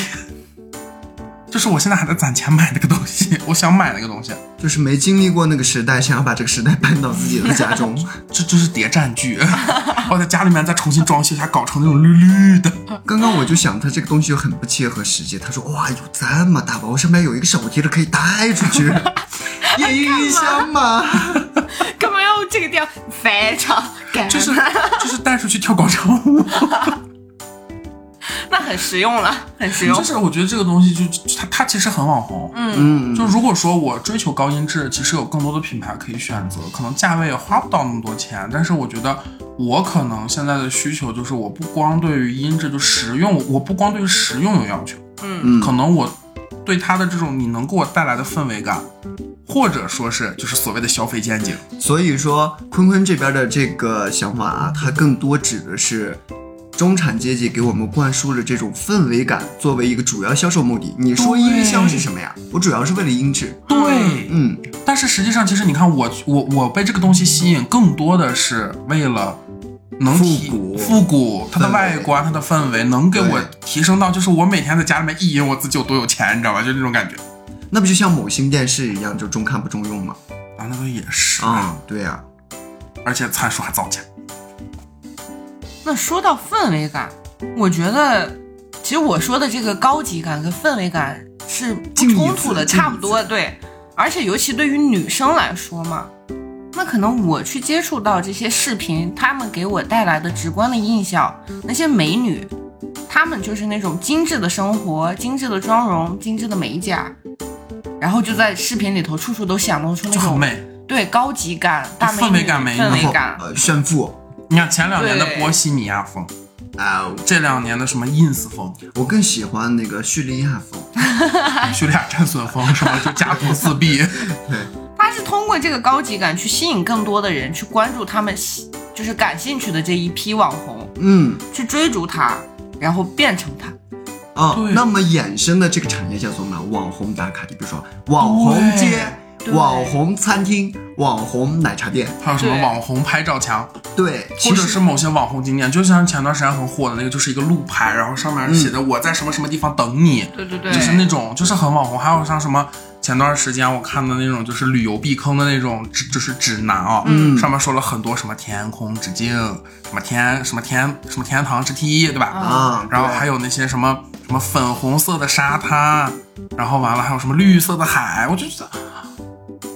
就是我现在还在攒钱买那个东西， 我想买那个东西，就是没经历过那个时代，想要把这个时代搬到自己的家中。 这就是谍战剧， 我在家里面再重新装修一下，搞成那种绿绿的。刚刚我就想，他这个东西又很不切合实际。他说：“哇，有这么大吧？我上面有一个手提的，可以带出 去，夜音箱嘛。干嘛要用这个调？非常感就是就是带出去跳广场舞，那很实用了，很哎实用就。是我觉得这个东西就就它它其实很网红。嗯，嗯，就如果说我追求高音质，其实有更多的品牌可以选择，可能价位也花不到那么多钱。但是我觉得我可能现在的需求就是，我不光对于音质就实用，我不光对于实用有要求，嗯可能我对它的这种你能给我带来的氛围感，或者说是就是所谓的消费陷阱。所以说，坤坤这边的这个想法啊，它更多指的是中产阶级给我们灌输了这种氛围感作为一个主要销售目的。你说音箱是什么呀？我主要是为了音质。对，嗯，但是实际上，其实你看我，我我被这个东西吸引，更多的是为了能复提古复古它的氛围外观、它的氛围，能给我对提升到，就是我每天在家里面意淫我自己有多有钱，你知道吧？就那种感觉那不就像某星电视一样，就中看不中用吗？啊，那个也是，啊、对呀、而且参数还造假。那说到氛围感，我觉得其实我说的这个高级感跟氛围感是不近义冲突的，词近义差不多对。而且尤其对于女生来说嘛，那可能我去接触到这些视频，她们给我带来的直观的印象，那些美女，她们就是那种精致的生活、精致的妆容、精致的美甲。然后就在视频里头，处处都显露出那就很种美，对高级感、大美女氛围感美女氛然围后感，呃炫富。你看前两年的对波西米亚风，啊、这两年的什么 ins 风、我更喜欢那个叙利亚风。叙利亚战损风，什么就家徒四壁，他是通过这个高级感去吸引更多的人去关注他们喜，就是感兴趣的这一批网红，嗯，去追逐他，然后变成他。哦对，那么衍生的这个产业叫做什么？网红打卡地，比如说网红街、对网红餐厅、网红奶茶店。还有什么对网红拍照墙。对，或其者实是某些网红景点，就像前段时间很火的那个，就是一个路牌，然后上面写嗯着“我在什么什么地方等你对对”，对就是那种就是很网红。还有像什么前段时间我看的那种，就是旅游避坑的那种指，就是指南啊、嗯上面说了很多什么天空之境，什么天什么天什么天堂之梯，对吧？啊，然后还有有那些什么什么粉红色的沙滩，然后完了还有什么绿色的海，我就觉得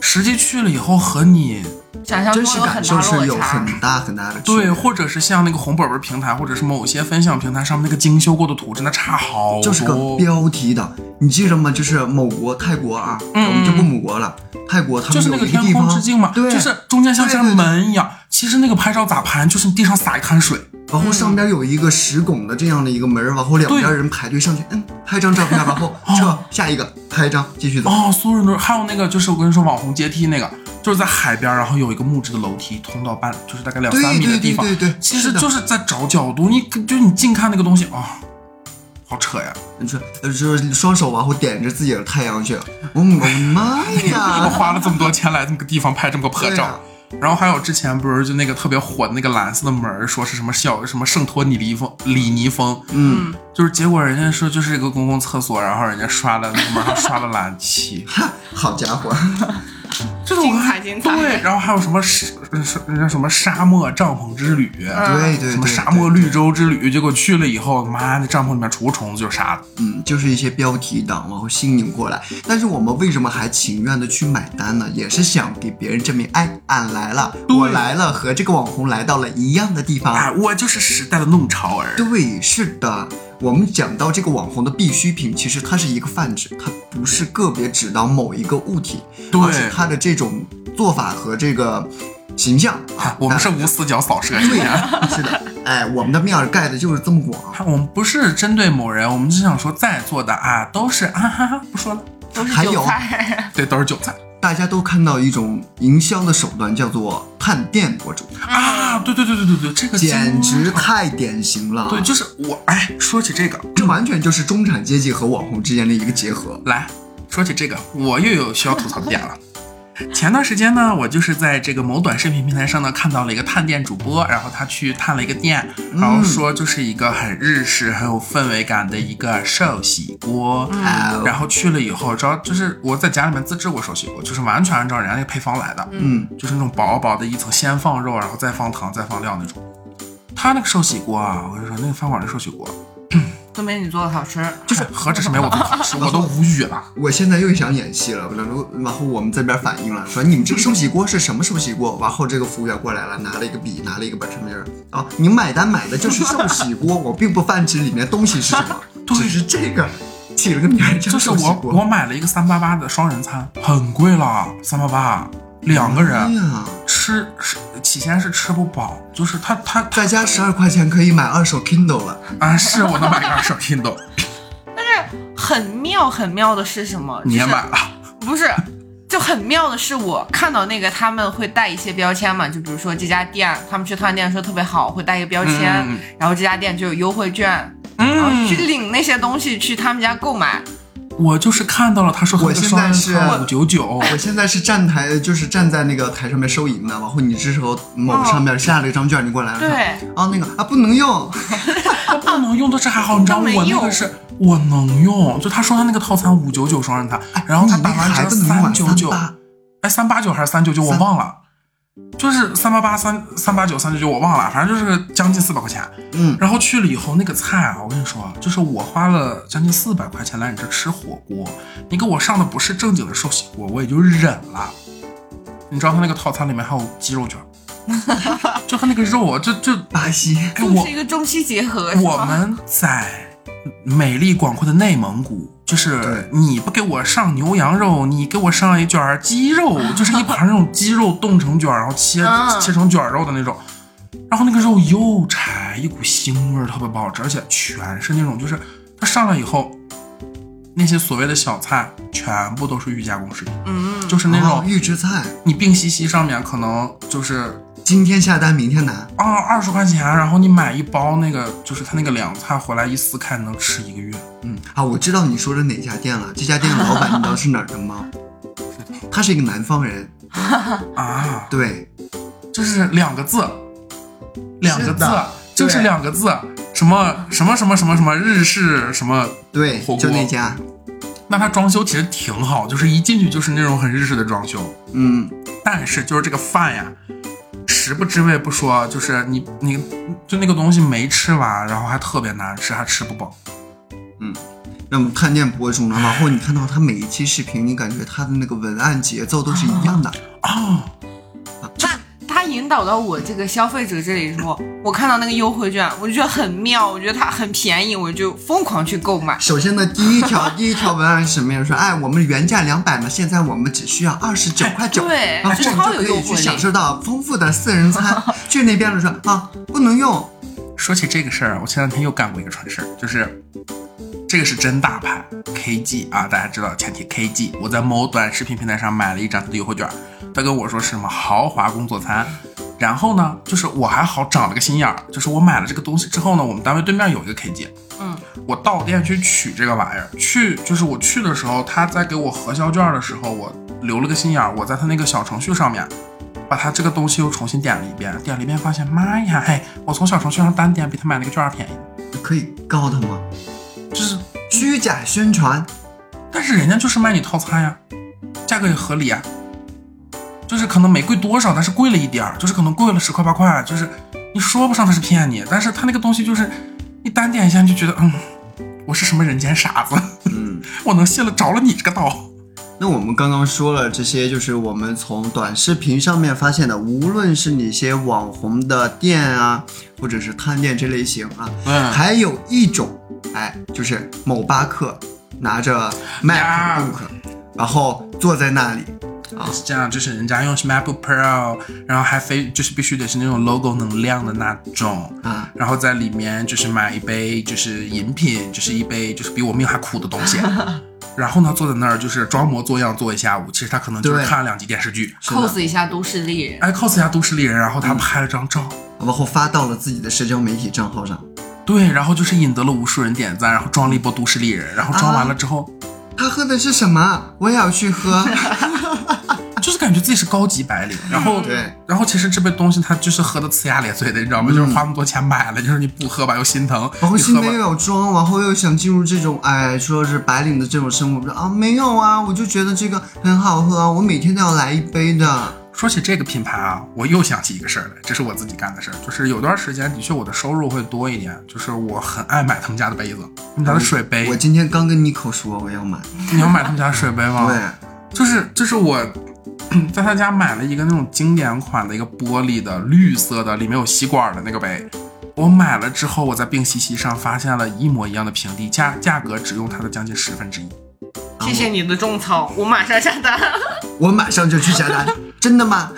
实际去了以后和你想象中真实有感很大受是有落差。很大很大的区别对，或者是像那个红本本平台，或者是某些分享平台上面那个精修过的图，真的差好多。就是个标题党，你记着吗？就是某国泰国啊，嗯我们就不母国了，泰国他就们是有那个一个天地空方，之境嘛，对，就是中间像扇门一样。其实那个拍照咋拍，就是地上撒一滩水，然后上边嗯有一个石拱的这样的一个门儿，然后两边人排队上去，嗯，拍张照片，然后撤下一个，拍一张继续走。哦，所有人都是。还有那个就是我跟你说网红阶梯那个，就是在海边，然后有一个木质的楼梯通到半，就是大概两对三米的对地对方。对对，其实是的就是在找角度，你就你近看那个东西啊、好扯呀！你说，呃就是双手往后点着自己的太阳穴，我我的妈 我呀！花了这么多钱来这么个地方拍这么个破啊对照。啊然后还有之前不是就那个特别火的那个蓝色的门儿，说是什么小什么圣托里尼风里尼风，嗯，就是结果人家说就是 一 个公共厕所，然后人家刷了那个门上刷了蓝漆，好家伙，这种精彩精彩 对，然后还有什么是是那什么沙漠帐篷之旅，嗯对对什么对，沙对漠绿洲之旅，结果去了以后，妈那帐篷里面除虫子就是沙子。嗯，就是一些标题党，然后吸引过来。但是我们为什么还情愿的去买单呢？也是想给别人证明，哎，俺来了，我来了，和这个网红来到了一样的地哎，方。我就是时代的弄潮儿。对，是的。我们讲到这个网红的必需品，其实它是一个泛指，它不是个别指到某一个物体，对而是它的这种做法和这个形象。啊我们是无死角扫射， 对呀、是的，哎，我们的面儿盖的就是这么广。我们不是针对某人，我们只想说在座的啊都是啊哈哈，不说了，都是还 有韭菜，对，都是韭菜大家都看到一种营销的手段，叫做探店博主。啊，对对对对对对，这个简直经常太典型了。对，就是我哎，说起这个，这完全就是中产阶级和网红之间的一个结合。来说起这个，我又有需要吐槽的点了。前段时间呢，我就是在这个某短视频平台上呢看到了一个探店主播，然后他去探了一个店，然后说就是一个很日式、很有氛围感的一个寿喜锅。啊，然后去了以后，知道就是我在家里面自制过寿喜锅，就是完全按照人家那个配方来的，嗯，就是那种薄薄的一层，先放肉，然后再放糖，再放料那种。他那个寿喜锅啊，我跟你说，那个饭馆的寿喜锅，都没你做的好吃。就是何止是没我 做好吃，我都无语了。我现在又想演戏了，然后然后我们这边反映了，说你们这个寿喜锅是什么寿喜锅？ 然后这个服务员过来了，拿了一个笔，拿了一个本上面儿啊，你买单买的就是寿喜锅，我并不泛指里面东西是什 么，只是这个起了个名儿叫就是寿喜我我锅。买了一个三八八的双人餐，很贵了，三八八两个哎人呀，吃是起先是吃不饱，就是他他他在家十二块钱可以买二手 Kindle 了。啊是我能买个二手 Kindle，很妙很妙的是什么？你也就是买了，不是，就很妙的是，我看到那个他们会带一些标签嘛，就比如说这家店，他们去探店说特别好，会带一个标签，嗯然后这家店就有优惠券，然后去领那些东西去他们家购买。我就是看到了他说他我那个现双在人是餐五九 九，我现在是站台，就是站在那个台上面收银的，然后你这时候某个上面下了一张券，你过来了，对，啊那个啊不能用，他不能用，但是还好，你知道都没我那个用是我能用，就他说他那个套餐五九九双人餐，然后他打完还折不能用三啊九九， 398哎三八九还是三九九我忘了，就是三八八三三八九三九九我忘了，反正就是将近四百块钱。嗯，然后去了以后，那个菜啊，我跟你说啊，就是我花了将近四百块钱来你这吃火锅，你给我上的不是正经的寿喜锅，我也就忍了。你知道他那个套餐里面还有鸡肉卷 儿，就他那个肉啊，就就巴西，哎就我是一个中西结合。是我吗们在美丽广阔的内蒙古，就是对你不给我上牛羊肉，你给我上一卷儿鸡 肉，就是一盘那种鸡肉冻成卷儿，然后切、嗯切成卷儿肉的那种。然后那个肉又柴，一股腥味儿，特别不好吃，而且全是那种就是它上来以后，那些所谓的小菜全部都是预加工食品，嗯，就是那哦种预制菜，你病西西上面可能就是今天下单明天拿，啊，二十块钱，然后你买一包那个，就是他那个凉菜回来一撕开能吃一个月。嗯啊我知道你说的哪家店了，这家店的老板你知道是哪儿 的吗？他是一个南方人，啊，对，就是两个字，两个是字的，就是对两个字，什么什么什么什么什么日式什么。对火锅，就那家，那它装修其实挺好，就是一进去就是那种很日式的装修，嗯，但是就是这个饭呀，食不知味不说，就是你你就那个东西没吃完，然后还特别难吃，还吃不饱。那么探店博主呢，然后你看到他每一期视频，你感觉他的那个文案节奏都是一样 的，哦，他引导到我这个消费者这里之后，我看到那个优惠券，我就觉得很妙，我觉得它很便宜，我就疯狂去购买。首先呢，第一条 第一条文案是什么呀？说，哎，我们原价两百呢，现在我们只需要二十九块九，对然后这这样超有就可诱以去惑力享受到丰富的四人 餐。去那边的说啊，不能用，说起这个事儿，啊我前两天又干过一个蠢事儿，就是这个是真大牌 KG 啊，大家知道前提 KG，我在某短视频平台上买了一张它的优惠券，他跟我说是什么豪华工作餐。然后呢，就是我还好长了个心眼儿，就是我买了这个东西之后呢，我们单位对面有一个 KG，嗯，我到店去取这个玩意儿，去就是我去的时候，他在给我核销券的时候，我留了个心眼儿，我在他那个小程序上面把他这个东西又重新点了一遍，点了一遍发现，妈呀，嘿，我从小程序上单点比他买那个券儿便宜，可以告他吗？就是，虚假宣传，但是人家就是卖你套餐呀，价格也合理啊，就是可能没贵多少，但是贵了一点儿，就是可能贵了十块八块，就是你说不上他是骗你，但是他那个东西就是你单点一下你就觉得，嗯，我是什么人间傻子， 嗯，我能信了着了你这个道。那我们刚刚说了这些，就是我们从短视频上面发现的，无论是哪些网红的店啊，或者是探店这类型啊，嗯，还有一种，哎，就是某巴克拿着 MacBook，然后坐在那里，是这样，啊就是人家用是 MacBook Pro，然后还非就是必须得是那种 logo 能亮的那种，啊，然后在里面就是买一杯就是饮品，就是一杯就是比我命还苦的 东西，然后呢坐在那儿就是装模作样坐一下午，其实他可能就是对看了两集电视剧， 是的 cos 一下都市丽人，哎 cos 一下都市丽人，然后他拍了张照。然后发到了自己的社交媒体账号上。对，然后就是引得了无数人点赞，然后装了一波都市丽人，然后装啊完了之后，他喝的是什么？我也要去喝。就是感觉自己是高级白领，然后对，嗯然后其实这杯东西它就是喝的呲牙咧嘴的，你知道吗？就是花那么多钱买了，就是你不喝吧又心疼，然后你心喝里吧又要装，然后又想进入这种哎，说是白领的这种生活，我说啊没有啊，我就觉得这个很好喝啊，我每天都要来一杯的。说起这个品牌啊，我又想起一个事儿来，这是我自己干的事儿，就是有段时间的确我的收入会多一点，就是我很爱买他们家的杯子，他们家的水杯嗯我，今天刚跟妮蔻说我要买，你要买他们家的水杯吗？对，就是就是我在他家买了一个那种经典款的一个玻璃的绿色的，里面有吸管的那个杯。我买了之后，我在病西西上发现了一模一样的平底，价价格只用它的将近十分之一。谢谢你的种草，我马上下单。我马上就去下单。真的吗？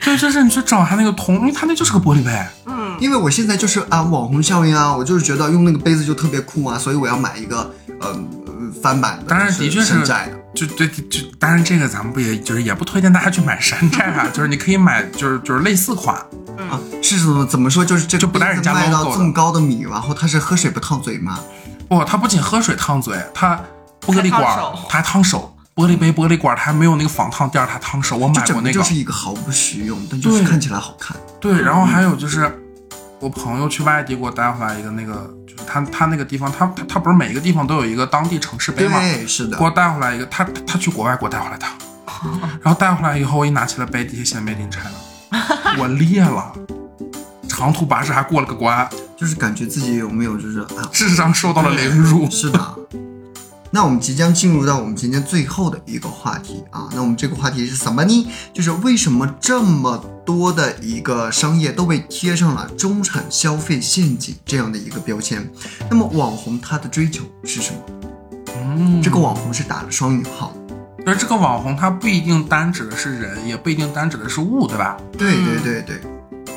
对，就是你去找它那个铜，因为它那就是个玻璃杯。 嗯，因为我现在就是啊网红效应啊，我就是觉得用那个杯子就特别酷啊，所以我要买一个呃呃翻版的，当然，就的确山是寨的。，就对，就当然这个咱们不也就是也不推荐大家去买山寨啊， 就是你可以买就是就是类似款，啊，是怎么怎么说？就是这个就不带人家杯子卖 logo 到的这么高的米，然后它是喝水不烫嘴吗？不、它不仅喝水烫嘴，它玻璃管还烫儿手它还烫手，玻璃杯、玻璃管儿它还没有那个防烫垫儿，它烫手。我就买过整那个就，个是一个毫不实用，但就是对看起来好看。对。然后还有就是，我朋友去外地给我带回来一个那个，就是他他那个地方，他他他不是每一个地方都有一个当地城市杯吗？对，是的给。我带回来一个，他他去国外给我带回来的，然后带回来以后，我一拿起来杯，底下写 Made in China，我裂了。长途跋涉还过了个关，就是感觉自己有没有就是啊，智商受到了凌 辱。是的。那我们即将进入到我们今天最后的一个话题啊，那我们这个话题是什么呢？就是为什么这么多的一个商业都被贴上了中产消费陷阱这样的一个标签？那么网红他的追求是什么？嗯，这个网红是打了双引号，而这个网红他不一定单指的是人，也不一定单指的是物，对吧？对对嗯对对，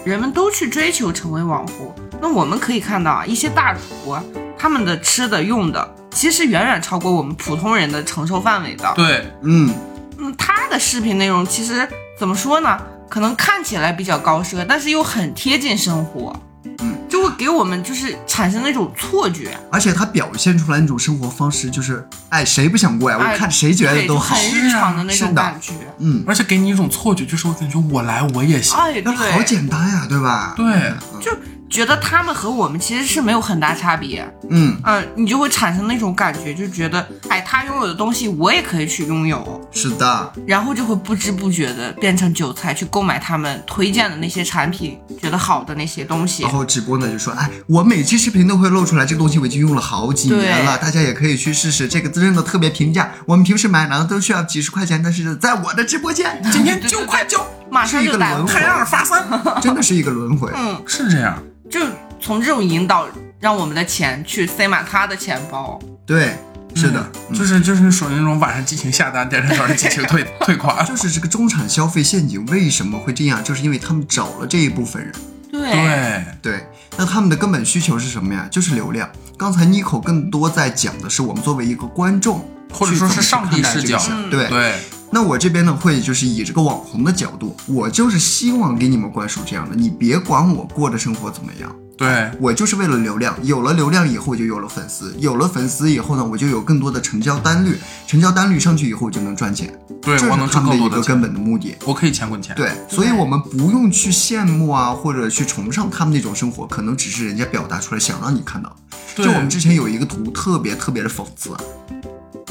人们都去追求成为网红。那我们可以看到啊，一些大厨啊他们的吃的用的，其实远远超过我们普通人的承受范围的。对，嗯，嗯，他的视频内容其实怎么说呢？可能看起来比较高奢，但是又很贴近生活，嗯，就会给我们就是产生那种错觉，而且他表现出来那种生活方式，就是哎，谁不想过呀？哎我看谁觉得对，都就好，很日常的那是种的感觉。嗯，而且给你一种错觉，就是我感觉我来我也啊行。哎，那对，好简单呀，对吧？嗯对，就觉得他们和我们其实是没有很大差别，嗯，嗯，你就会产生那种感觉，就觉得，哎，他拥有的东西我也可以去拥有，是的，然后就会不知不觉的变成韭菜，去购买他们推荐的那些产品，觉得好的那些东西然。后直播呢就说，哎，我每期视频都会露出来这个东西，我已经用了好几年了，对大家也可以去试试，这个真的特别平价。我们平时买呢都需要几十块钱，但是在我的直播间， 今天九块九，马上是一就个带轮货回太阳发三， 真的是一个轮 回。嗯，是这样。就从这种引导，让我们的钱去塞满他的钱包。对，是的，嗯就是就是属于那种晚上激情下单，第二天早上激情 退退款。就是这个中产消费陷阱为什么会这样，就是因为他们找了这一部分人。对，对，对，那他们的根本需求是什么呀？就是流量。刚才 Nico 更多在讲的是我们作为一个观众，或者说是上帝去怎么去看视角待这个事儿嗯对对，那我这边呢，会就是以这个网红的角度，我就是希望给你们灌输这样的，你别管我过的生活怎么样，对，我就是为了流量，有了流量以后我就有了粉丝，有了粉丝以后呢，我就有更多的成交单率，成交单率上去以后我就能赚钱，对这是我能他挣们更的一多的个钱，根本的目的。我可以钱滚钱。对，所以我们不用去羡慕啊，或者去崇尚他们那种生活，可能只是人家表达出来想让你看到。对，就我们之前有一个图特别特别的讽刺，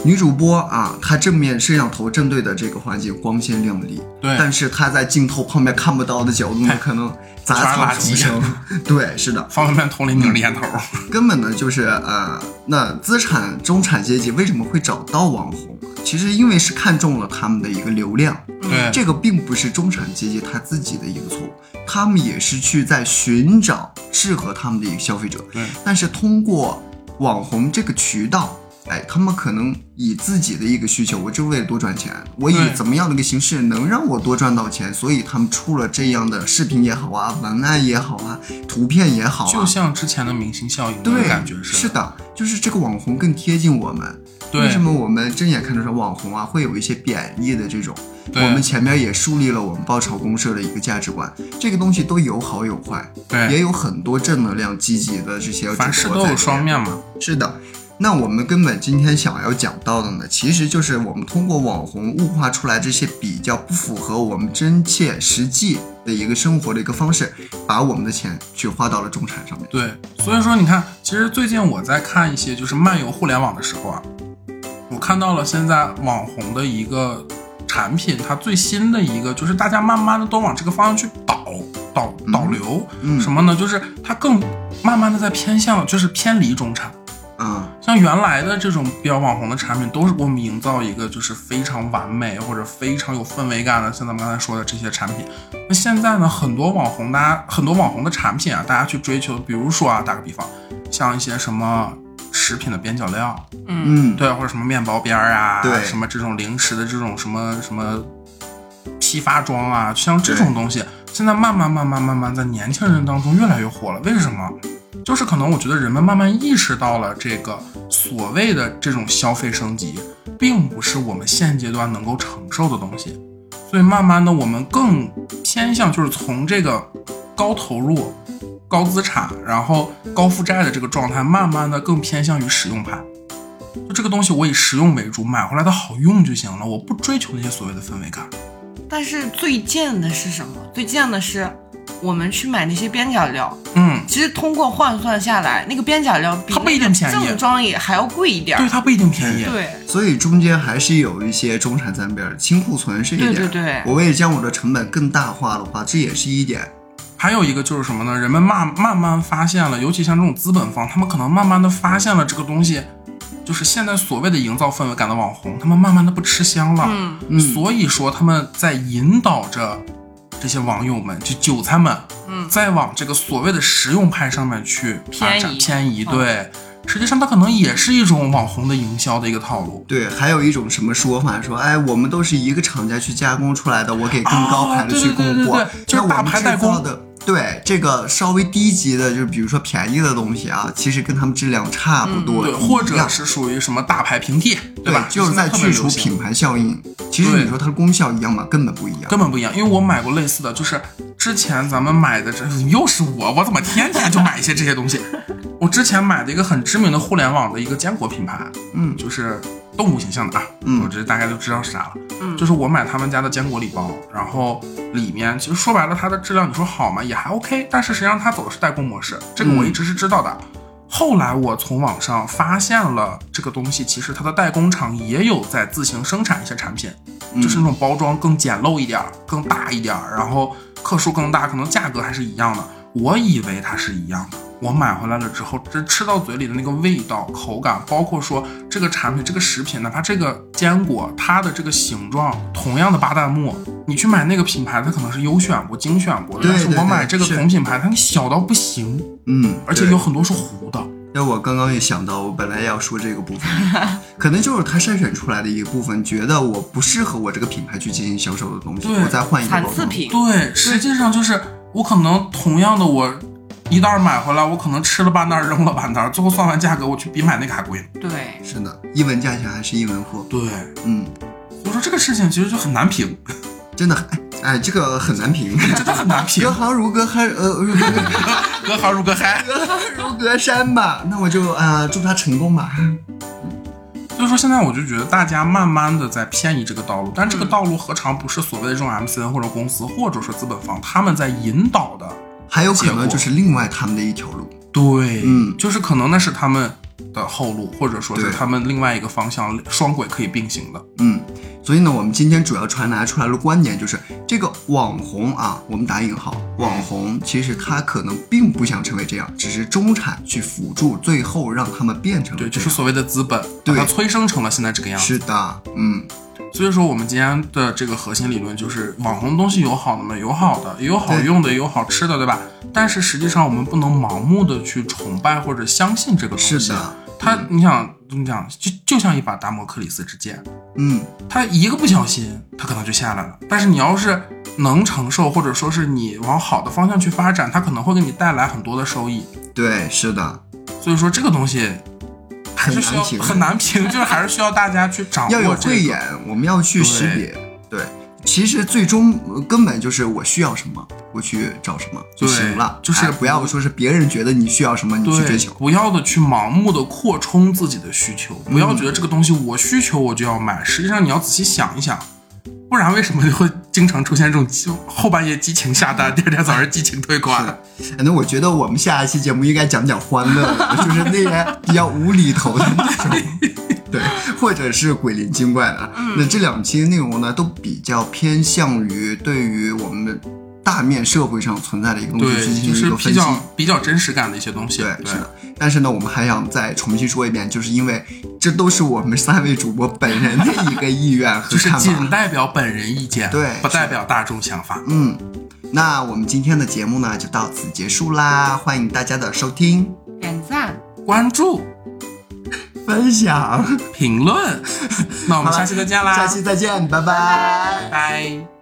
女主播啊，她正面摄像头正对的这个环境光鲜亮丽，对但是她在镜头旁边看不到的角度呢，可能杂全是草垃丛圾生。 对，是的，方便面捅了一嗯拧烟头，根本呢就是呃，那资产中产阶级为什么会找到网红？其实因为是看中了他们的一个流量，对，嗯这个并不是中产阶级他自己的一个错误，他们也是去在寻找适合他们的一个消费者。对，但是通过网红这个渠道，哎，他们可能以自己的一个需求，我就为了多赚钱，我以对怎么样的一个形式能让我多赚到钱，所以他们出了这样的视频也好啊，文案也好啊，图片也好啊，就像之前的明星效应，对，感觉是的，就是这个网红更贴近我们。为对什么我们睁眼看着说网红啊，会有一些贬义的这种？对我们前面也树立了我们报潮公社的一个价值观，这个东西都有好有坏，也对，有很多正能量、积极的这些。哎凡事都有双。面嘛，是的，那我们根本今天想要讲到的呢，其实就是我们通过网红物化出来这些比较不符合我们真切实际的一个生活的一个方式，把我们的钱去花到了中产上面。对，所以说你看，其实最近我在看一些就是漫游互联网的时候啊，我看到了现在网红的一个产品，它最新的一个就是大家慢慢的都往这个方向去导导导流，嗯什么呢？就是它更慢慢的在偏向，就是偏离中产。啊、像原来的这种比较网红的产品，都是给我们营造一个就是非常完美或者非常有氛围感的，像咱们刚才说的这些产品。那现在呢，很多网红，大家很多网红的产品啊，大家去追求，比如说啊，打个比方，像一些什么食品的边角料，嗯，对，或者什么面包边儿啊，对什么这种零食的这种什么什么批发装啊，像这种东西，现在慢慢慢慢慢慢在年轻人当中越来越火了。为什么？就是可能我觉得人们慢慢意识到了这个所谓的这种消费升级，并不是我们现阶段能够承受的东西，所以慢慢的我们更偏向就是从这个高投入、高资产，然后高负债的这个状态，慢慢的更偏向于实用派。就这个东西我以实用为主，买回来的好用就行了，我不追求那些所谓的氛围感。但是最贱的是什么？最贱的是我们去买那些边角料，嗯，其实通过换算下来，那个边角料比它不一定便宜那个正装也还要贵一点儿。对，它不一定便宜。对所以中间还是有一些中产在那边儿清库存是一点，对对对我为了将我的成本更大化的话，这也是一点。还有一个就是什么呢？人们慢慢慢发现了，尤其像这种资本方，他们可能慢慢的发现了这个东西，就是现在所谓的营造氛围感的网红，他们慢慢的不吃香了。嗯，嗯所以说他们在引导着这些网友们，就韭菜们，嗯再往这个所谓的实用派上面去发展偏移偏移。嗯对，实际上它可能也是一种网红的营销的一个套路。对，还有一种什么说法说，哎，我们都是一个厂家去加工出来的，我给更高牌的哦去对对供对对货，对就是那我大们牌制代工造的。对这个稍微低级的，就是比如说便宜的东西啊，其实跟他们质量差不多，嗯对，一或者样是属于什么大牌平替，对吧？就是在去除现在特别流行品牌效应。其实对你说它的功效一样吗？根本不一样。根本不一样，因为我买过类似的，就是之前咱们买的这又是我，我怎么天天就买一些这些东西？我之前买的一个很知名的互联网的一个坚果品牌，嗯就是动物形象的啊，嗯我这大概就知道是啥了。嗯就是我买他们家的坚果礼包，然后里面其实说白了它的质量，你说好吗？也还 OK，但是实际上它走的是代工模式，这个我一直是知道的。后来我从网上发现了这个东西，其实它的代工厂也有在自行生产一些产品，嗯就是那种包装更简陋一点儿、更大一点儿，然后克数更大，可能价格还是一样的。我以为它是一样的，我买回来了之后，这吃到嘴里的那个味道、口感，包括说这个产品、这个食品，哪怕这个坚果，它的这个形状，同样的巴旦木，你去买那个品牌，它可能是优选过、精选过的，对但是对我对买这个是同品牌，它小到不行，嗯，而且对有很多是糊的。那我刚刚也想到，我本来要说这个部分，可能就是他筛选出来的一个部分，觉得我不适合我这个品牌去进行销售的东西，对我再换一个残包次装。品。对，实际上就是我可能同样的我。一袋儿买回来，我可能吃了半袋儿，扔了半袋儿，最后算完价格，我去比买那个还贵。对，是的，一文价钱还是一文货。对，嗯，所以说这个事情其实就很难 评，真的，哎哎，这个很难 评。真的很难评隔。行如隔山，呃，如隔隔行如隔海，如隔山吧。那我就啊、呃祝他成功吧。所以说现在我就觉得大家慢慢的在偏移这个道路，但这个道路何尝不是所谓的这种 MCN 或者公司或者说资本方他们在引导的？还有可结能果就是另外他们的一条路。对，嗯就是可能那是他们的后路，或者说是他们另外一个方向双轨可以并行的。嗯，所以呢，我们今天主要传达出来的观点就是，这个网红啊，我们打引号，网红其实他可能并不想成为这样，只是中产去辅助，最后让他们变成了对，就这是样。所谓的资本，把对它催生成了现在这个样子。是的，嗯，所以说，我们今天的这个核心理论就是，网红东西有好的嘛，有好的，也有好用的，也有好吃的，对吧？但是实际上，我们不能盲目的去崇拜或者相信这个东西。是的，它，你想怎么讲，就就像一把达摩克里斯之剑，嗯，它一个不小心，它可能就下来了。但是你要是能承受，或者说是你往好的方向去发展，它可能会给你带来很多的收益。对，是的，所以说，这个东西还是需要很难评很难评，就是还是需要大家去掌握要有这慧个。眼，我们要去识别。对，其实最终呃根本就是我需要什么，我去找什么就对行了，就是哎不要说是别人觉得你需要什么，你去追对求，。不要的去盲目的扩充自己的需求，不要觉得这个东西我需求我就要买，实际上你要仔细想一想，不然为什么就会经常出现这种激后半夜激情下单，第二天早上激情退是款的？哎那我觉得我们下一期节目应该讲讲欢乐的，就是那些比较无厘头的那种，对，或者是鬼灵精怪的。嗯那这两期内容呢，都比较偏向于对于我们大面社会上存在的一个东西 对进，行就一是个比分析。较比较真实感的一些东西。对，对是的。但是呢，我们还想再重新说一遍，就是因为这都是我们三位主播本人的一个意愿和就是看法。仅代表本人意见，对不代是表大众想法。嗯，那我们今天的节目呢就到此结束啦，欢迎大家的收听、点赞。关注、分享， 评论，那我好们了下期再见啦，下期再见，拜拜拜。